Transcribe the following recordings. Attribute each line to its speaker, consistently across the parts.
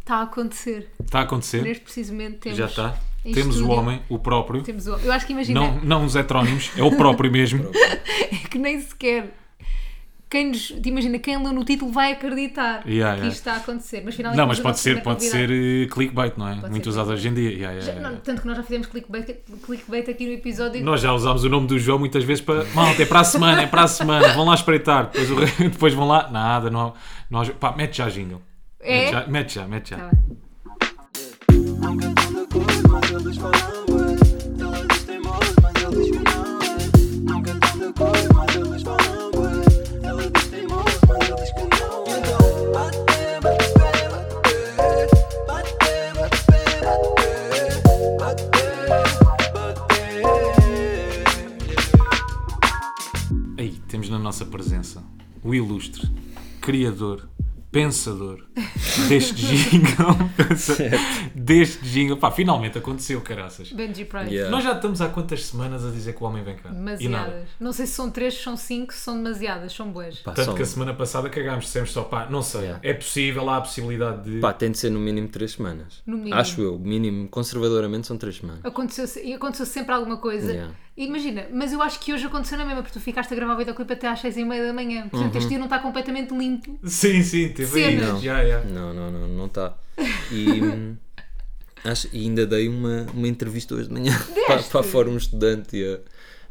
Speaker 1: Está a acontecer.
Speaker 2: Está a acontecer.
Speaker 1: Neste precisamente temos.
Speaker 2: Já está.
Speaker 1: em
Speaker 2: Temos o
Speaker 1: estúdio-
Speaker 2: homem, o próprio.
Speaker 1: Temos o... Eu acho que imagina
Speaker 2: Não, não os heterónimos, é o próprio mesmo.
Speaker 1: que nem sequer. Quem nos, te imagina, quem lê no título vai acreditar
Speaker 2: Yeah,
Speaker 1: que
Speaker 2: yeah.
Speaker 1: isto está a acontecer. Mas finalmente
Speaker 2: Não, mas
Speaker 1: temos o
Speaker 2: pode
Speaker 1: nosso
Speaker 2: ser,
Speaker 1: primeiro
Speaker 2: pode ser
Speaker 1: convidado.
Speaker 2: eh, clickbait, não é?
Speaker 1: ser
Speaker 2: Muito
Speaker 1: clickbait.
Speaker 2: usado hoje em dia. Yeah, yeah,
Speaker 1: Já-
Speaker 2: yeah.
Speaker 1: não, tanto que nós já fizemos clickbait, clickbait aqui no episódio.
Speaker 2: Nós já usámos o nome do João muitas vezes para. Malta, é para a semana, é para a semana, vão lá espreitar. Depois, o re- depois vão lá. Nada, não há. não há- Pá, mete já jingle.
Speaker 1: É?
Speaker 2: Mete já, mete já. Mete já.
Speaker 1: Tá bem.
Speaker 3: Nunca entendo cores, mas eles falam bué. Ela diz teimoso, mas ele diz que não é. Nunca entendo cores, mas eles falam bué. Ela diz teimoso, mas ele diz que não é. Então, bate, bate, bate, bate. Bate, bate, bate, bate, bate.
Speaker 2: Aí, temos na nossa presença o ilustre, criador, pensador deste jingle. deste jingle. Pá, finalmente aconteceu, caraças.
Speaker 1: Benji Price.
Speaker 4: Yeah.
Speaker 2: Nós já estamos há quantas semanas a dizer que o homem vem cá? E nada.
Speaker 1: Demasiadas. Não sei se são três, se são cinco, se são demasiadas, são boas.
Speaker 4: Pá,
Speaker 2: Tanto
Speaker 4: só- um.
Speaker 2: que a semana passada cagámos, dissemos só, pá, não sei,
Speaker 4: Yeah.
Speaker 2: é possível, há a possibilidade de.
Speaker 4: Pá, tem de ser no mínimo 3 semanas.
Speaker 1: No mínimo.
Speaker 4: Acho eu, mínimo, conservadoramente são 3 semanas.
Speaker 1: Aconteceu, se- e aconteceu sempre alguma coisa.
Speaker 4: Yeah.
Speaker 1: Imagina, mas eu acho que hoje aconteceu na mesma, porque tu ficaste a gravar o videoclipe até às seis e meia da manhã. Portanto,
Speaker 4: Uhum.
Speaker 1: este dia não está completamente limpo.
Speaker 2: Sim, sim, teve aí.
Speaker 1: Cenas.
Speaker 2: Já, já.
Speaker 4: Não, não, não, não está. E, hum, acho- e ainda dei uma, uma entrevista hoje de manhã para, para a Fórum Estudante. e a-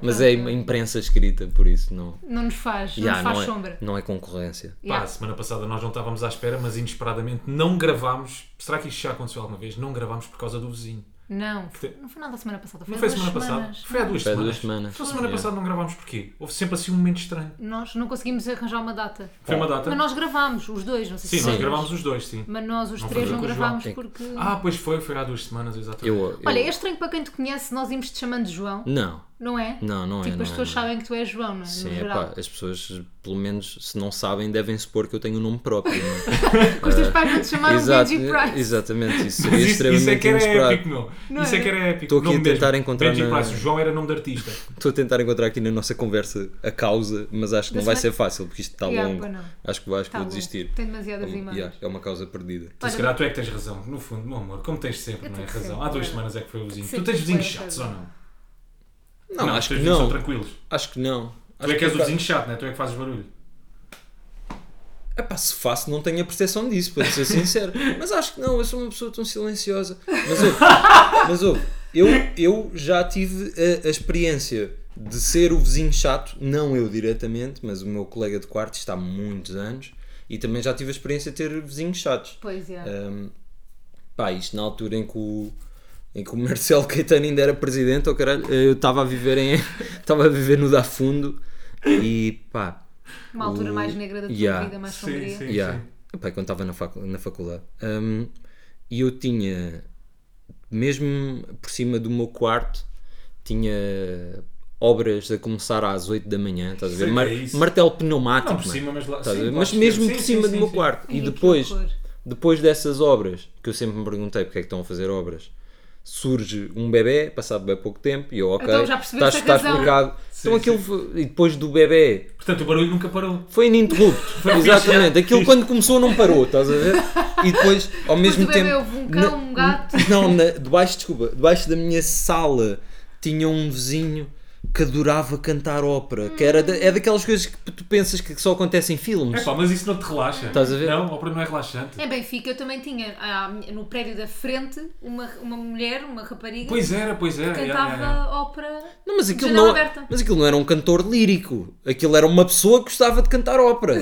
Speaker 4: Mas é a imprensa escrita, por isso não.
Speaker 1: Não nos faz, Ah. não
Speaker 4: Yeah,
Speaker 1: nos faz
Speaker 4: não,
Speaker 1: sombra.
Speaker 4: é, não é concorrência.
Speaker 2: Pá,
Speaker 1: Yeah.
Speaker 2: a semana passada nós não estávamos à espera, mas inesperadamente não gravámos. Será que isto já aconteceu alguma vez? Não gravámos por causa do vizinho.
Speaker 1: Não, foi- não foi nada a semana passada. Foi
Speaker 2: Não
Speaker 1: há
Speaker 2: foi a
Speaker 1: duas
Speaker 2: semana passada?
Speaker 1: semanas.
Speaker 2: Foi há duas
Speaker 4: Foi há
Speaker 2: semanas.
Speaker 4: duas semanas.
Speaker 2: Foi a semana
Speaker 4: Yeah.
Speaker 2: passada não gravámos porquê? Houve sempre assim um momento estranho.
Speaker 1: Nós não conseguimos arranjar uma data.
Speaker 2: Foi uma data?
Speaker 1: Mas nós gravámos, os dois, não sei
Speaker 2: Sim,
Speaker 1: se
Speaker 2: nós
Speaker 1: sabes.
Speaker 2: gravámos os dois, sim.
Speaker 1: Mas nós os
Speaker 2: Não
Speaker 1: três
Speaker 2: foi
Speaker 1: não
Speaker 2: com o João.
Speaker 1: gravámos
Speaker 4: É-
Speaker 1: porque.
Speaker 2: Ah, pois foi, foi há duas semanas, exatamente.
Speaker 4: Eu, eu-
Speaker 1: Olha, é estranho para quem te conhece, nós ímos te chamando João,
Speaker 4: Não,
Speaker 1: não é?
Speaker 4: Hum? não, não é.
Speaker 1: Tipo,
Speaker 4: não
Speaker 1: as
Speaker 4: é,
Speaker 1: pessoas
Speaker 4: não é.
Speaker 1: sabem que tu és João, não é?
Speaker 4: Sim,
Speaker 1: no
Speaker 4: é
Speaker 1: geral.
Speaker 4: pá, as pessoas, pelo menos, se não sabem, devem supor que eu tenho um nome próprio. não é?
Speaker 1: Que os teus pais não te chamaram
Speaker 4: Exato,
Speaker 1: Benji Price.
Speaker 4: Exatamente, isso seria
Speaker 2: Mas isso,
Speaker 4: extremamente
Speaker 2: isso é que era
Speaker 4: inesperado.
Speaker 2: épico, meu.
Speaker 1: Não
Speaker 2: isso é
Speaker 1: é?
Speaker 2: que era épico.
Speaker 4: Estou aqui
Speaker 2: Nome
Speaker 4: a tentar
Speaker 2: mesmo.
Speaker 4: encontrar
Speaker 2: Benji
Speaker 4: na-
Speaker 2: Price, o João era nome de artista.
Speaker 4: Estou a tentar encontrar aqui na nossa conversa a causa, mas acho que não
Speaker 1: Mas
Speaker 4: vai
Speaker 1: vai-
Speaker 4: ser fácil porque isto está
Speaker 1: Yeah,
Speaker 4: longo.
Speaker 1: pois não.
Speaker 4: Acho que, acho que
Speaker 1: Tá
Speaker 4: vou
Speaker 1: bom,
Speaker 4: desistir.
Speaker 1: Tem demasiadas
Speaker 4: Como-
Speaker 1: imagens.
Speaker 4: yeah, é uma causa perdida.
Speaker 2: Tu, se
Speaker 1: Olha-
Speaker 2: calhar tu é que tens razão. No fundo, meu amor, como tens sempre,
Speaker 1: Eu
Speaker 2: não é?
Speaker 1: tenho que
Speaker 2: Razão.
Speaker 1: sempre,
Speaker 2: Há duas
Speaker 1: é.
Speaker 2: semanas é que foi o vizinho.
Speaker 1: Sempre
Speaker 2: Tu tens
Speaker 1: foi
Speaker 2: vizinhos
Speaker 1: a
Speaker 2: chatos ou
Speaker 1: razão.
Speaker 2: não?
Speaker 4: Não,
Speaker 2: os teus
Speaker 4: acho que
Speaker 2: vizinhos
Speaker 4: não.
Speaker 2: são tranquilos.
Speaker 4: Acho que não.
Speaker 2: Tu é que és o
Speaker 4: pá,
Speaker 2: vizinho chato, não é? Tu é que fazes barulho.
Speaker 4: epá, se faço, não tenho a percepção disso, para te ser sincero. mas acho que não, eu sou uma pessoa tão silenciosa. Mas ouve, mas ouve, eu, eu já tive a, a experiência de ser o vizinho chato, não eu diretamente, mas o meu colega de quarto está há muitos anos e também já tive a experiência de ter vizinhos chatos.
Speaker 1: Pois é.
Speaker 4: Um, pá, isto na altura em que o, em que o Marcelo Caetano ainda era presidente, oh caralho, eu estava a viver em estava a viver no Dafundo e pá,
Speaker 1: Uma altura
Speaker 4: o-
Speaker 1: mais negra da tua
Speaker 4: Yeah.
Speaker 1: vida, mais sombria.
Speaker 2: sim.
Speaker 4: yeah, pá, quando estava na, facu- na faculdade Um, e eu tinha mesmo por cima do meu quarto tinha obras a começar às 8 da manhã, estás a
Speaker 2: Sei
Speaker 4: ver?
Speaker 2: que
Speaker 4: Mar-
Speaker 2: é isso.
Speaker 4: martelo pneumático,
Speaker 2: Não, por
Speaker 4: mano.
Speaker 2: cima, mas lá.
Speaker 4: Estás a
Speaker 2: sim,
Speaker 4: ver?
Speaker 2: claro
Speaker 4: mas
Speaker 2: que
Speaker 4: mesmo
Speaker 2: sim,
Speaker 4: por
Speaker 2: sim,
Speaker 4: cima
Speaker 2: sim,
Speaker 4: do meu
Speaker 2: sim.
Speaker 4: quarto.
Speaker 1: Ai,
Speaker 4: e
Speaker 1: que
Speaker 4: depois,
Speaker 1: horror.
Speaker 4: depois dessas obras, que eu sempre me perguntei porque é que estão a fazer obras, surge um bebê, passado bem pouco tempo, e eu, ok,
Speaker 1: Então já percebemos
Speaker 4: estás,
Speaker 1: a
Speaker 4: estás
Speaker 1: razão.
Speaker 4: marcado. Então aquilo, foi- e depois do bebê,
Speaker 2: Portanto, o barulho nunca parou.
Speaker 4: foi é. ininterrupto. Exatamente. Aquilo quando começou não parou, estás a ver? E depois, ao mesmo
Speaker 1: do bebê
Speaker 4: tempo.
Speaker 1: houve um cão, um gato.
Speaker 4: Não, na, debaixo, desculpa, debaixo da minha sala tinha um vizinho que adorava cantar ópera, que era da- é daquelas coisas que tu pensas que só acontecem em filmes.
Speaker 2: É pá, mas isso não te relaxa.
Speaker 4: Estás a ver?
Speaker 2: Não, a ópera não é relaxante.
Speaker 1: Em Benfica eu também tinha ah, no prédio da frente uma, uma mulher, uma rapariga,
Speaker 2: Pois é, era, pois era.
Speaker 1: que
Speaker 2: yeah,
Speaker 1: cantava
Speaker 2: yeah, yeah.
Speaker 1: ópera.
Speaker 4: Não, mas aquilo
Speaker 1: Janela
Speaker 4: não,
Speaker 1: aberta.
Speaker 4: mas aquilo não era um cantor lírico. Aquilo era uma pessoa que gostava de cantar ópera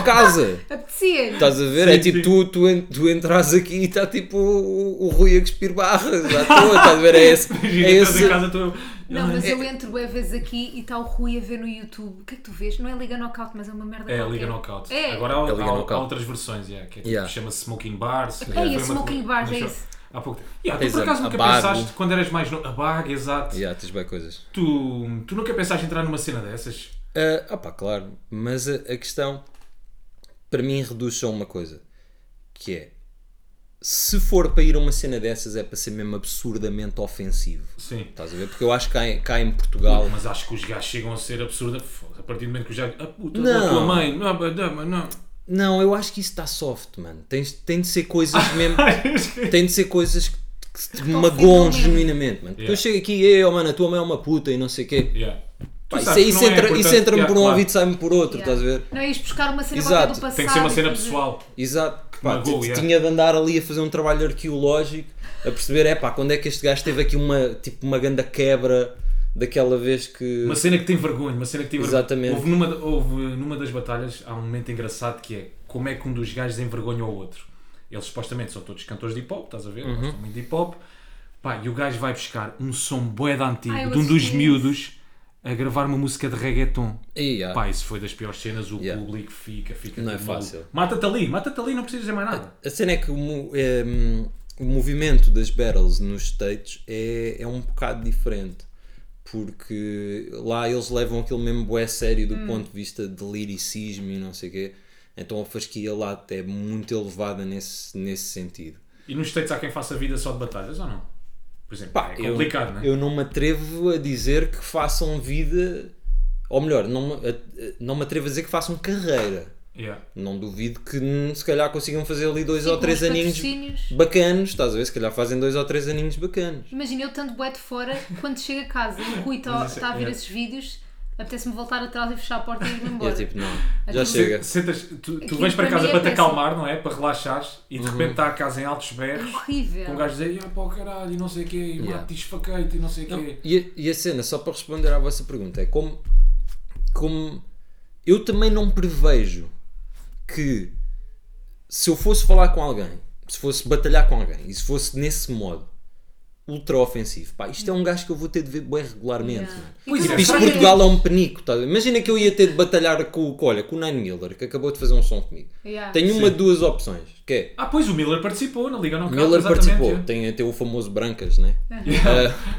Speaker 4: casa.
Speaker 1: Apetecia-lhe.
Speaker 4: Estás a ver? é tipo tu, tu, en- tu entras aqui e está tipo o, o Rui a cuspir barras à toa. Estás a ver? É esse.
Speaker 2: Imagina,
Speaker 4: É
Speaker 2: estás em
Speaker 4: esse
Speaker 2: casa, tu.
Speaker 1: Não,
Speaker 2: É-
Speaker 1: mas eu entro bué vezes aqui e está o Rui a ver no YouTube. O que é que tu vês? Não é Liga Knockout, mas é uma merda
Speaker 2: É, a
Speaker 1: qualquer.
Speaker 2: Liga Knockout.
Speaker 1: É.
Speaker 2: Agora há,
Speaker 4: É a Liga
Speaker 2: há- há
Speaker 4: Knockout.
Speaker 2: outras versões, yeah, que é, tipo,
Speaker 4: Yeah.
Speaker 2: chama-se Smoking Bars. que
Speaker 1: Ei,
Speaker 2: foi
Speaker 1: o
Speaker 2: uma
Speaker 1: É Smoking
Speaker 2: co-
Speaker 1: Bars,
Speaker 2: uma
Speaker 1: é
Speaker 2: show-
Speaker 1: isso.
Speaker 2: Há pouco tempo. Yeah, tu
Speaker 4: Exato,
Speaker 2: por acaso nunca
Speaker 4: Abago.
Speaker 2: pensaste, quando eras mais novo, a bag, exato.
Speaker 4: Yeah, tens bem coisas.
Speaker 2: Tu, tu nunca pensaste entrar numa cena dessas?
Speaker 4: Ah, ah pá, claro. Mas a, a questão para mim reduz só uma coisa: que é se for para ir a uma cena dessas, é para ser mesmo absurdamente ofensivo.
Speaker 2: Sim.
Speaker 4: Estás a ver? Porque eu acho que cá em, cá em Portugal.
Speaker 2: Mas acho que os gajos chegam a ser absurda. foda, A partir do momento que os gajos. A "Ah, puta
Speaker 4: Não.
Speaker 2: da tua mãe. Não, não, não.
Speaker 4: Não, eu acho que isso está soft, mano. Tem, tem de ser coisas mesmo. tem de ser coisas que, que te magoam
Speaker 1: finalmente.
Speaker 4: genuinamente, mano. Porque eu
Speaker 2: Yeah.
Speaker 4: chego aqui e, oh, mano, a tua mãe é uma puta e não sei o quê.
Speaker 2: Yeah. Tu
Speaker 4: Pá, isso
Speaker 2: sabes
Speaker 4: aí
Speaker 2: que
Speaker 4: isso
Speaker 2: não é
Speaker 4: entra- isso
Speaker 2: importante,
Speaker 4: entra-me
Speaker 2: yeah,
Speaker 4: por um
Speaker 2: claro.
Speaker 4: ouvido e sai-me por outro,
Speaker 1: Yeah.
Speaker 4: estás a ver?
Speaker 1: Não é isto buscar uma cena
Speaker 4: Exato.
Speaker 1: qualquer do passado. tipo,
Speaker 2: Tem que ser uma cena
Speaker 1: e fazer-
Speaker 2: pessoal.
Speaker 4: Exato. Pá,
Speaker 2: Magoa,
Speaker 4: t-
Speaker 2: yeah.
Speaker 4: Tinha de andar ali a fazer um trabalho arqueológico, a perceber, é pá, quando é que este gajo teve aqui uma, tipo, uma ganda quebra daquela vez que...
Speaker 2: Uma cena que tem vergonha, uma cena que tem vergonha.
Speaker 4: Exatamente.
Speaker 2: Houve numa, houve numa das batalhas, há um momento engraçado que é como é que um dos gajos envergonha o outro. Eles supostamente são todos cantores de hip hop, estás a ver? Gostam muito de hip hop. Pá, e o gajo vai buscar um som boeda antigo
Speaker 1: Ai, eu
Speaker 2: de um dos
Speaker 1: assisti isso.
Speaker 2: miúdos a gravar uma música de reggaeton.
Speaker 4: Ih, ah,
Speaker 2: Pá, isso foi das piores cenas, o
Speaker 4: Yeah.
Speaker 2: público fica, fica
Speaker 4: Não é
Speaker 2: todo maluco.
Speaker 4: fácil.
Speaker 2: Mata-te ali, mata-te ali, não precisas dizer mais nada.
Speaker 4: A cena é que o, mo- é, hum, o movimento das battles nos States é, é um bocado diferente. Porque lá eles levam aquilo mesmo bué sério do
Speaker 1: Hum.
Speaker 4: ponto de vista de liricismo e não sei o quê. Então a fasquia lá é muito elevada nesse, nesse sentido.
Speaker 2: E nos States há quem faça vida só de batalhas ou não? Por exemplo,
Speaker 4: Pá,
Speaker 2: é complicado,
Speaker 4: eu,
Speaker 2: não é?
Speaker 4: Eu não me atrevo a dizer que façam vida... Ou melhor, não me, a- a- não me atrevo a dizer que façam carreira.
Speaker 2: Yeah.
Speaker 4: Não duvido que hum, se calhar consigam fazer ali dois
Speaker 1: Sim,
Speaker 4: ou
Speaker 1: com
Speaker 4: três
Speaker 1: os
Speaker 4: aninhos
Speaker 1: patrocínios.
Speaker 4: bacanos, estás a ver? Se calhar fazem dois ou três aninhos bacanos.
Speaker 1: Imagina eu tanto bué de fora, quando chego a casa e o Rui está
Speaker 2: Mas isso é-
Speaker 1: tá a ver
Speaker 2: é.
Speaker 1: esses vídeos, apetece-me voltar atrás e fechar a porta e ir-me
Speaker 4: E
Speaker 1: embora.
Speaker 4: é tipo, não, já
Speaker 1: Aquilo-
Speaker 4: chega.
Speaker 2: Se- Sentas, tu, tu
Speaker 1: Aquilo
Speaker 2: vens
Speaker 1: para
Speaker 2: para casa
Speaker 1: mim é
Speaker 2: para te
Speaker 1: péssimo.
Speaker 2: acalmar, não é? Para relaxares e de
Speaker 4: Uhum.
Speaker 2: repente está a casa em altos berros
Speaker 1: Horrível.
Speaker 2: com um gajo a dizer, ah pá, o caralho, e não sei o quê, e
Speaker 4: Yeah.
Speaker 2: mate, esfaquei-te, e não sei o quê.
Speaker 4: E a, e a cena, só para responder à vossa pergunta, é como, como eu também não prevejo que se eu fosse falar com alguém, se fosse batalhar com alguém e se fosse nesse modo ultra ofensivo, pá, isto é um gajo que eu vou ter de ver bem regularmente.
Speaker 1: Yeah.
Speaker 4: mano.
Speaker 1: E depois
Speaker 2: Pois é,
Speaker 1: a
Speaker 4: Tipo, isto
Speaker 1: história é-
Speaker 4: Portugal é um penico, tá? imagina que eu ia ter de batalhar com, o- com, olha, com o Nine Miller, que acabou de fazer um som comigo.
Speaker 1: Yeah.
Speaker 4: Tenho uma de duas opções, que é
Speaker 2: Ah, pois o Miller participou na Liga Não Cabo,
Speaker 4: Miller
Speaker 2: exatamente,
Speaker 4: participou,
Speaker 2: é.
Speaker 4: tem até o famoso Brancas, né?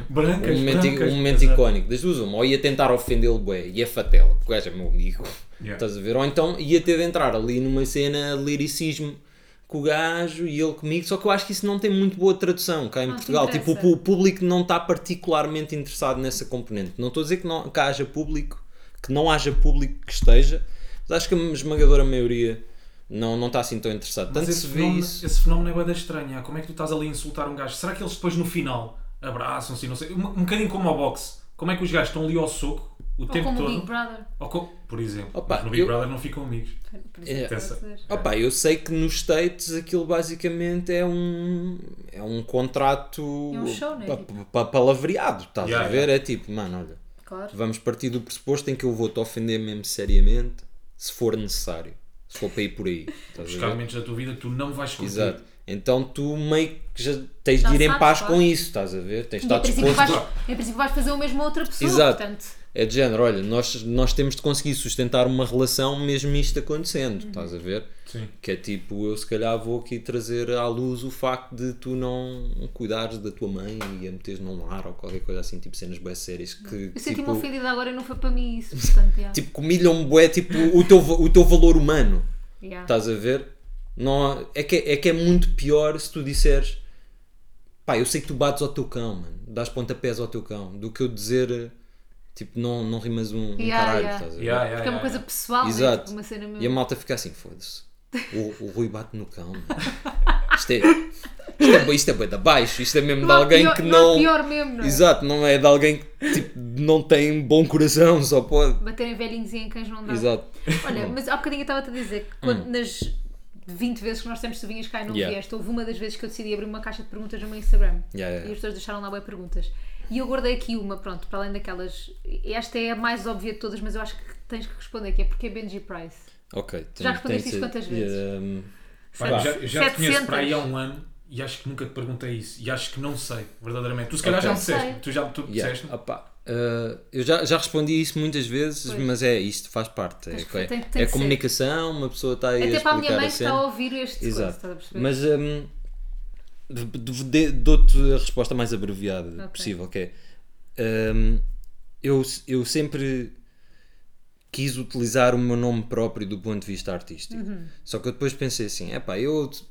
Speaker 2: Brancas,
Speaker 4: Um momento,
Speaker 2: brancas,
Speaker 4: um momento
Speaker 2: exato.
Speaker 4: icónico, das duas, uma, ou ia tentar ofendê-lo, bué, e é fatela, porque o gajo é meu amigo,
Speaker 2: Yeah.
Speaker 4: estás a ver? Ou então ia ter de entrar ali numa cena de liricismo com o gajo e ele comigo, só que eu acho que isso não tem muito boa tradução cá em
Speaker 1: Não te
Speaker 4: Portugal, tipo, o,
Speaker 1: interessa.
Speaker 4: pu- o público não está particularmente interessado nessa componente. Não estou a dizer que, não, que haja público, que não haja público que esteja, mas acho que a esmagadora maioria não, não está assim tão interessado.
Speaker 2: Mas
Speaker 4: Tanto
Speaker 2: esse
Speaker 4: se vê
Speaker 2: fenómeno,
Speaker 4: isso.
Speaker 2: esse fenómeno é bada estranha. Como é que tu estás ali a insultar um gajo? Será que eles depois no final abraçam-se e não sei? Um, um bocadinho como ao boxe. Como é que os gajos estão ali ao soco o
Speaker 1: Ou
Speaker 2: tempo
Speaker 1: como o
Speaker 2: todo?
Speaker 1: Big Brother.
Speaker 2: Ou co- Por exemplo,
Speaker 4: Opa,
Speaker 2: mas no Big
Speaker 4: eu-
Speaker 2: Brother não ficam amigos.
Speaker 1: Por isso é que
Speaker 2: Atenção.
Speaker 1: estou a dizer.
Speaker 4: Opa, eu sei que nos States aquilo basicamente é um é um contrato
Speaker 1: É um show, né?
Speaker 4: pa- pa- pa- palavreado, estás
Speaker 2: Yeah,
Speaker 4: a ver? É tipo, mano, olha,
Speaker 1: Claro.
Speaker 4: vamos partir do pressuposto em que eu vou te ofender mesmo seriamente se for necessário, se for para ir por aí, estás
Speaker 2: Os
Speaker 4: a ver?
Speaker 2: momentos da tua vida que tu não vais curtir.
Speaker 4: Exato. Então tu meio que já tens
Speaker 1: Já
Speaker 4: de ir em
Speaker 1: sabes,
Speaker 4: paz
Speaker 1: claro.
Speaker 4: com isso, estás a ver? Tens
Speaker 1: E
Speaker 4: de estar
Speaker 1: em princípio,
Speaker 4: disposto
Speaker 1: vais, em princípio vais fazer o mesmo a outra pessoa,
Speaker 4: Exato.
Speaker 1: portanto.
Speaker 4: É de género, olha, nós, nós temos de conseguir sustentar uma relação mesmo isto acontecendo, estás a ver?
Speaker 2: Sim.
Speaker 4: Que é tipo, eu se calhar vou aqui trazer à luz o facto de tu não cuidares da tua mãe e a meteres num lar ou qualquer coisa assim, tipo cenas bem sérias que
Speaker 1: Eu senti-me
Speaker 4: tipo,
Speaker 1: ofendida agora e não foi para mim isso, portanto, yeah.
Speaker 4: tipo humilham-me bué, tipo, o teu, va- o teu valor humano,
Speaker 1: Yeah.
Speaker 4: estás a ver? Não, há- é, que, é que é muito pior se tu disseres, pá, eu sei que tu bates ao teu cão, mano, dás pontapés ao teu cão, do que eu dizer, tipo, não, não rimas um, um
Speaker 1: Yeah,
Speaker 4: caralho,
Speaker 1: yeah.
Speaker 4: estás a ver?
Speaker 2: Yeah, yeah,
Speaker 1: Porque é uma
Speaker 2: yeah,
Speaker 1: coisa
Speaker 2: yeah.
Speaker 1: pessoal, né?
Speaker 4: Exato.
Speaker 1: Tipo, uma cena mesmo.
Speaker 4: E a malta fica assim, foda-se. O, o Rui bate no cão. mano. Isto é, isto é, bo- isto é bué de abaixo, isto é mesmo
Speaker 1: Não há
Speaker 4: de alguém
Speaker 1: pior-
Speaker 4: que
Speaker 1: não há
Speaker 4: não.
Speaker 1: pior mesmo, não é?
Speaker 4: Exato, não é de alguém que tipo, não tem bom coração, só pode.
Speaker 1: Baterem velhinhos e em cães não dá.
Speaker 4: Exato. Hum.
Speaker 1: Olha, mas há bocadinho eu estava-te a dizer que quando nas 20 vezes que nós temos tu vinhas cá e não
Speaker 4: Yeah.
Speaker 1: vieste, houve uma das vezes que eu decidi abrir uma caixa de perguntas no meu Instagram
Speaker 4: Yeah, yeah.
Speaker 1: e as pessoas deixaram lá boas perguntas. E eu guardei aqui uma, pronto, para além daquelas. Esta é a mais óbvia de todas, mas eu acho que tens que responder, que é porque é Benji Price.
Speaker 4: Ok,
Speaker 1: Já respondeste isso quantas vezes?
Speaker 4: Um,
Speaker 2: Pá,
Speaker 1: Sabe?
Speaker 2: eu já, eu já te conheço
Speaker 1: 700.
Speaker 2: para aí há um ano e acho que nunca te perguntei isso. E acho que não sei, verdadeiramente. Tu se calhar
Speaker 4: Ok.
Speaker 2: já me disseste.
Speaker 1: Sei.
Speaker 2: Tu já tu
Speaker 4: yeah. Ah,
Speaker 2: disseste.
Speaker 4: Opá, uh, eu já, já respondi isso muitas vezes,
Speaker 1: Pois.
Speaker 4: mas é isto, faz parte. É,
Speaker 1: Mas tem- tem
Speaker 4: é-
Speaker 1: que
Speaker 4: é
Speaker 1: ser.
Speaker 4: comunicação, uma pessoa está aí a
Speaker 1: Até
Speaker 4: explicar
Speaker 1: para a minha mãe
Speaker 4: a
Speaker 1: que tá
Speaker 4: cena.
Speaker 1: está a ouvir este coisa, estás a perceber?
Speaker 4: Mas hum, d- d- d- dou-te a resposta mais abreviada
Speaker 1: Ok.
Speaker 4: possível, que é hum, eu, eu sempre quis
Speaker 1: Uhum.
Speaker 4: utilizar o meu nome próprio do ponto de vista artístico. Só que eu depois pensei assim, é pá, eu se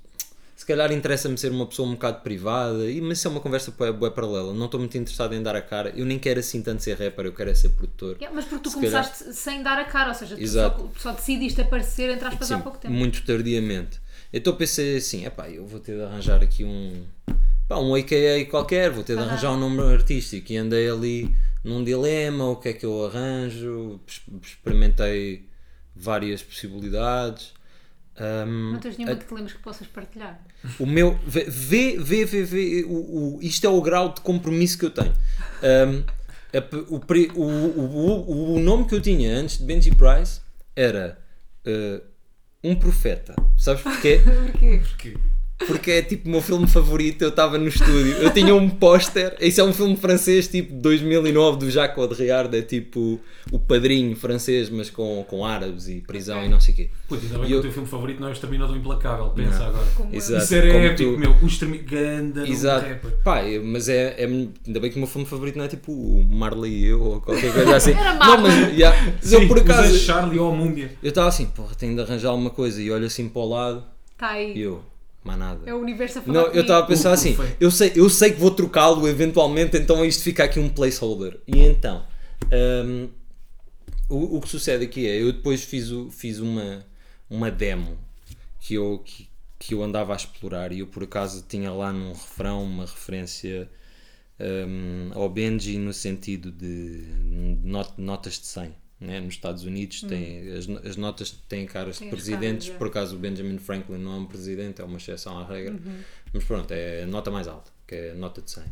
Speaker 4: se calhar interessa-me ser uma pessoa um bocado privada, e, mas isso é uma conversa bué, bué paralela. Não estou muito interessado em dar a cara. Eu nem quero assim tanto ser rapper, eu quero é ser produtor.
Speaker 1: Yeah, mas porque tu
Speaker 4: Se calhar.
Speaker 1: começaste sem dar a cara, ou seja, tu só,
Speaker 4: Exato.
Speaker 1: só decidiste aparecer, entre aspas, há
Speaker 4: Sim,
Speaker 1: pouco tempo.
Speaker 4: muito tardiamente. Então pensei assim, epá, eu vou ter de arranjar aqui um, pá, um AKA qualquer, vou ter de arranjar um nome artístico. E andei ali num dilema, o que é que eu arranjo, es- experimentei várias possibilidades. Ahm,
Speaker 1: Não tens nenhuma que te lembres que possas partilhar.
Speaker 4: o meu. Vê, vê, vê, vê. vê, o, o- isto é o grau de compromisso que eu tenho. Um, a p- o, pri- o, o, o, o nome que eu tinha antes de Benji Price era uh, Um Profeta. Sabes porquê?
Speaker 1: Porquê?
Speaker 2: Porque
Speaker 4: Porque é tipo o meu filme favorito. Eu estava no estúdio, eu tinha um póster. Isso é um filme francês, tipo 2009 do Jacques Odriard. É tipo o padrinho francês, mas com, com árabes e prisão e não sei o quê.
Speaker 2: Putz, ainda bem
Speaker 4: E
Speaker 2: que
Speaker 4: eu-
Speaker 2: o teu filme favorito não é o Exterminador Implacável, pensa agora.
Speaker 1: Como eu.
Speaker 4: Exato.
Speaker 2: Isso era
Speaker 4: como
Speaker 2: épico,
Speaker 4: tu-
Speaker 2: meu. O Extermin... Ganda nome de
Speaker 4: Exato.
Speaker 2: um rapper.
Speaker 4: Pá, eu- mas é, é. Ainda bem que o meu filme favorito não é tipo o Marley e eu ou qualquer coisa assim.
Speaker 1: Era
Speaker 4: não, mas
Speaker 1: Marley.
Speaker 4: yeah, mas eu
Speaker 2: Sim,
Speaker 4: por
Speaker 2: mas é
Speaker 4: acaso.
Speaker 2: Charlie ou a Múmia.
Speaker 4: Eu estava assim, porra, tenho de arranjar alguma coisa e olho assim para o lado
Speaker 1: Está Tá aí.
Speaker 4: e eu, mais nada.
Speaker 1: É o universo a falar
Speaker 4: Não, eu
Speaker 1: comigo.
Speaker 4: estava a pensar
Speaker 2: Uh,
Speaker 4: assim,
Speaker 2: foi.
Speaker 4: eu sei, eu sei que vou trocá-lo eventualmente, então isto fica aqui um placeholder. E então, hum, o, o que sucede aqui é, eu depois fiz, o- fiz uma, uma demo que eu, que, que eu andava a explorar e eu por acaso tinha lá num refrão uma referência hum, ao Benji no sentido de not- notas de 100. né? Nos Estados Unidos tem, as, no- as notas têm caras
Speaker 1: Tem
Speaker 4: de
Speaker 1: Hum. as caras,
Speaker 4: presidentes,
Speaker 1: é.
Speaker 4: por acaso o Benjamin Franklin não é um presidente, é uma exceção à regra, mas pronto, é a nota mais alta, que é a nota de 100.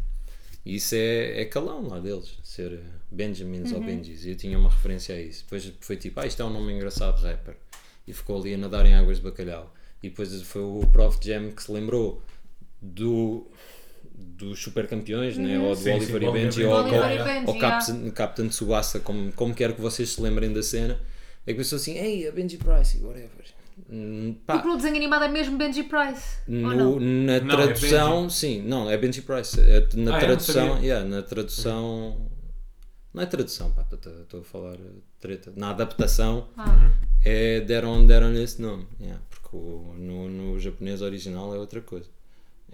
Speaker 4: E isso é, é calão lá deles, ser eh, Benjamins ou Benjis. E eu tinha uma referência a isso. Depois foi tipo, ah, isto é um nome engraçado de rapper. E ficou ali a nadar em águas de bacalhau. E depois foi o Prof. Jam que se lembrou do dos super campeões, né? ou do
Speaker 2: Sim, sim,
Speaker 4: Oliver
Speaker 2: do
Speaker 4: e
Speaker 2: Oliver
Speaker 4: Benji,
Speaker 2: e
Speaker 4: ou,
Speaker 1: Benji. Oliver e
Speaker 4: ou-
Speaker 1: Benji,
Speaker 4: ou Captain, Captain Tsubasa, como, como quer que vocês se lembrem da cena, é que pensou assim, ei, a Benji Price, whatever. Hum,
Speaker 1: E
Speaker 4: Pá,
Speaker 1: pelo desenho animado é mesmo Benji Price. ou não?
Speaker 4: no- na
Speaker 2: Não, é
Speaker 4: tradução, sim, não, é Benji Price. É, na
Speaker 2: Ah, é? Não
Speaker 4: tradução,
Speaker 2: sabia.
Speaker 4: yeah, na tradução. Não é tradução, pá, estou a falar treta. Na adaptação
Speaker 1: Ah.
Speaker 4: é, deram, deram esse nome. yeah, porque o- no, no japonês original é outra coisa.